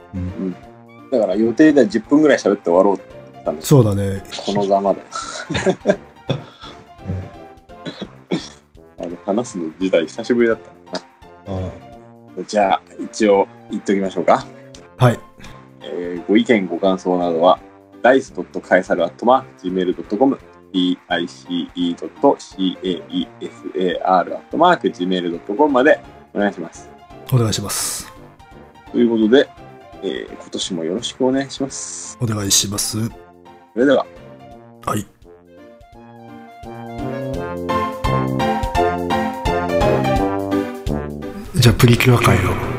だから予定では10分ぐらい喋って終わろうって言ったんですそうだね。このざま [laughs] で。あの話すの自体久しぶりだったうんな。じゃあ、一応言っときましょうか。はい。えーご意見、ご感想などは、dice.caesar.gmail.com、dice.caesar.gmail.com までお願いします。お願いします。ということで、えー今年もよろしくお願いします。お願いします。それでは。はい。じゃあ、プリキュア会を。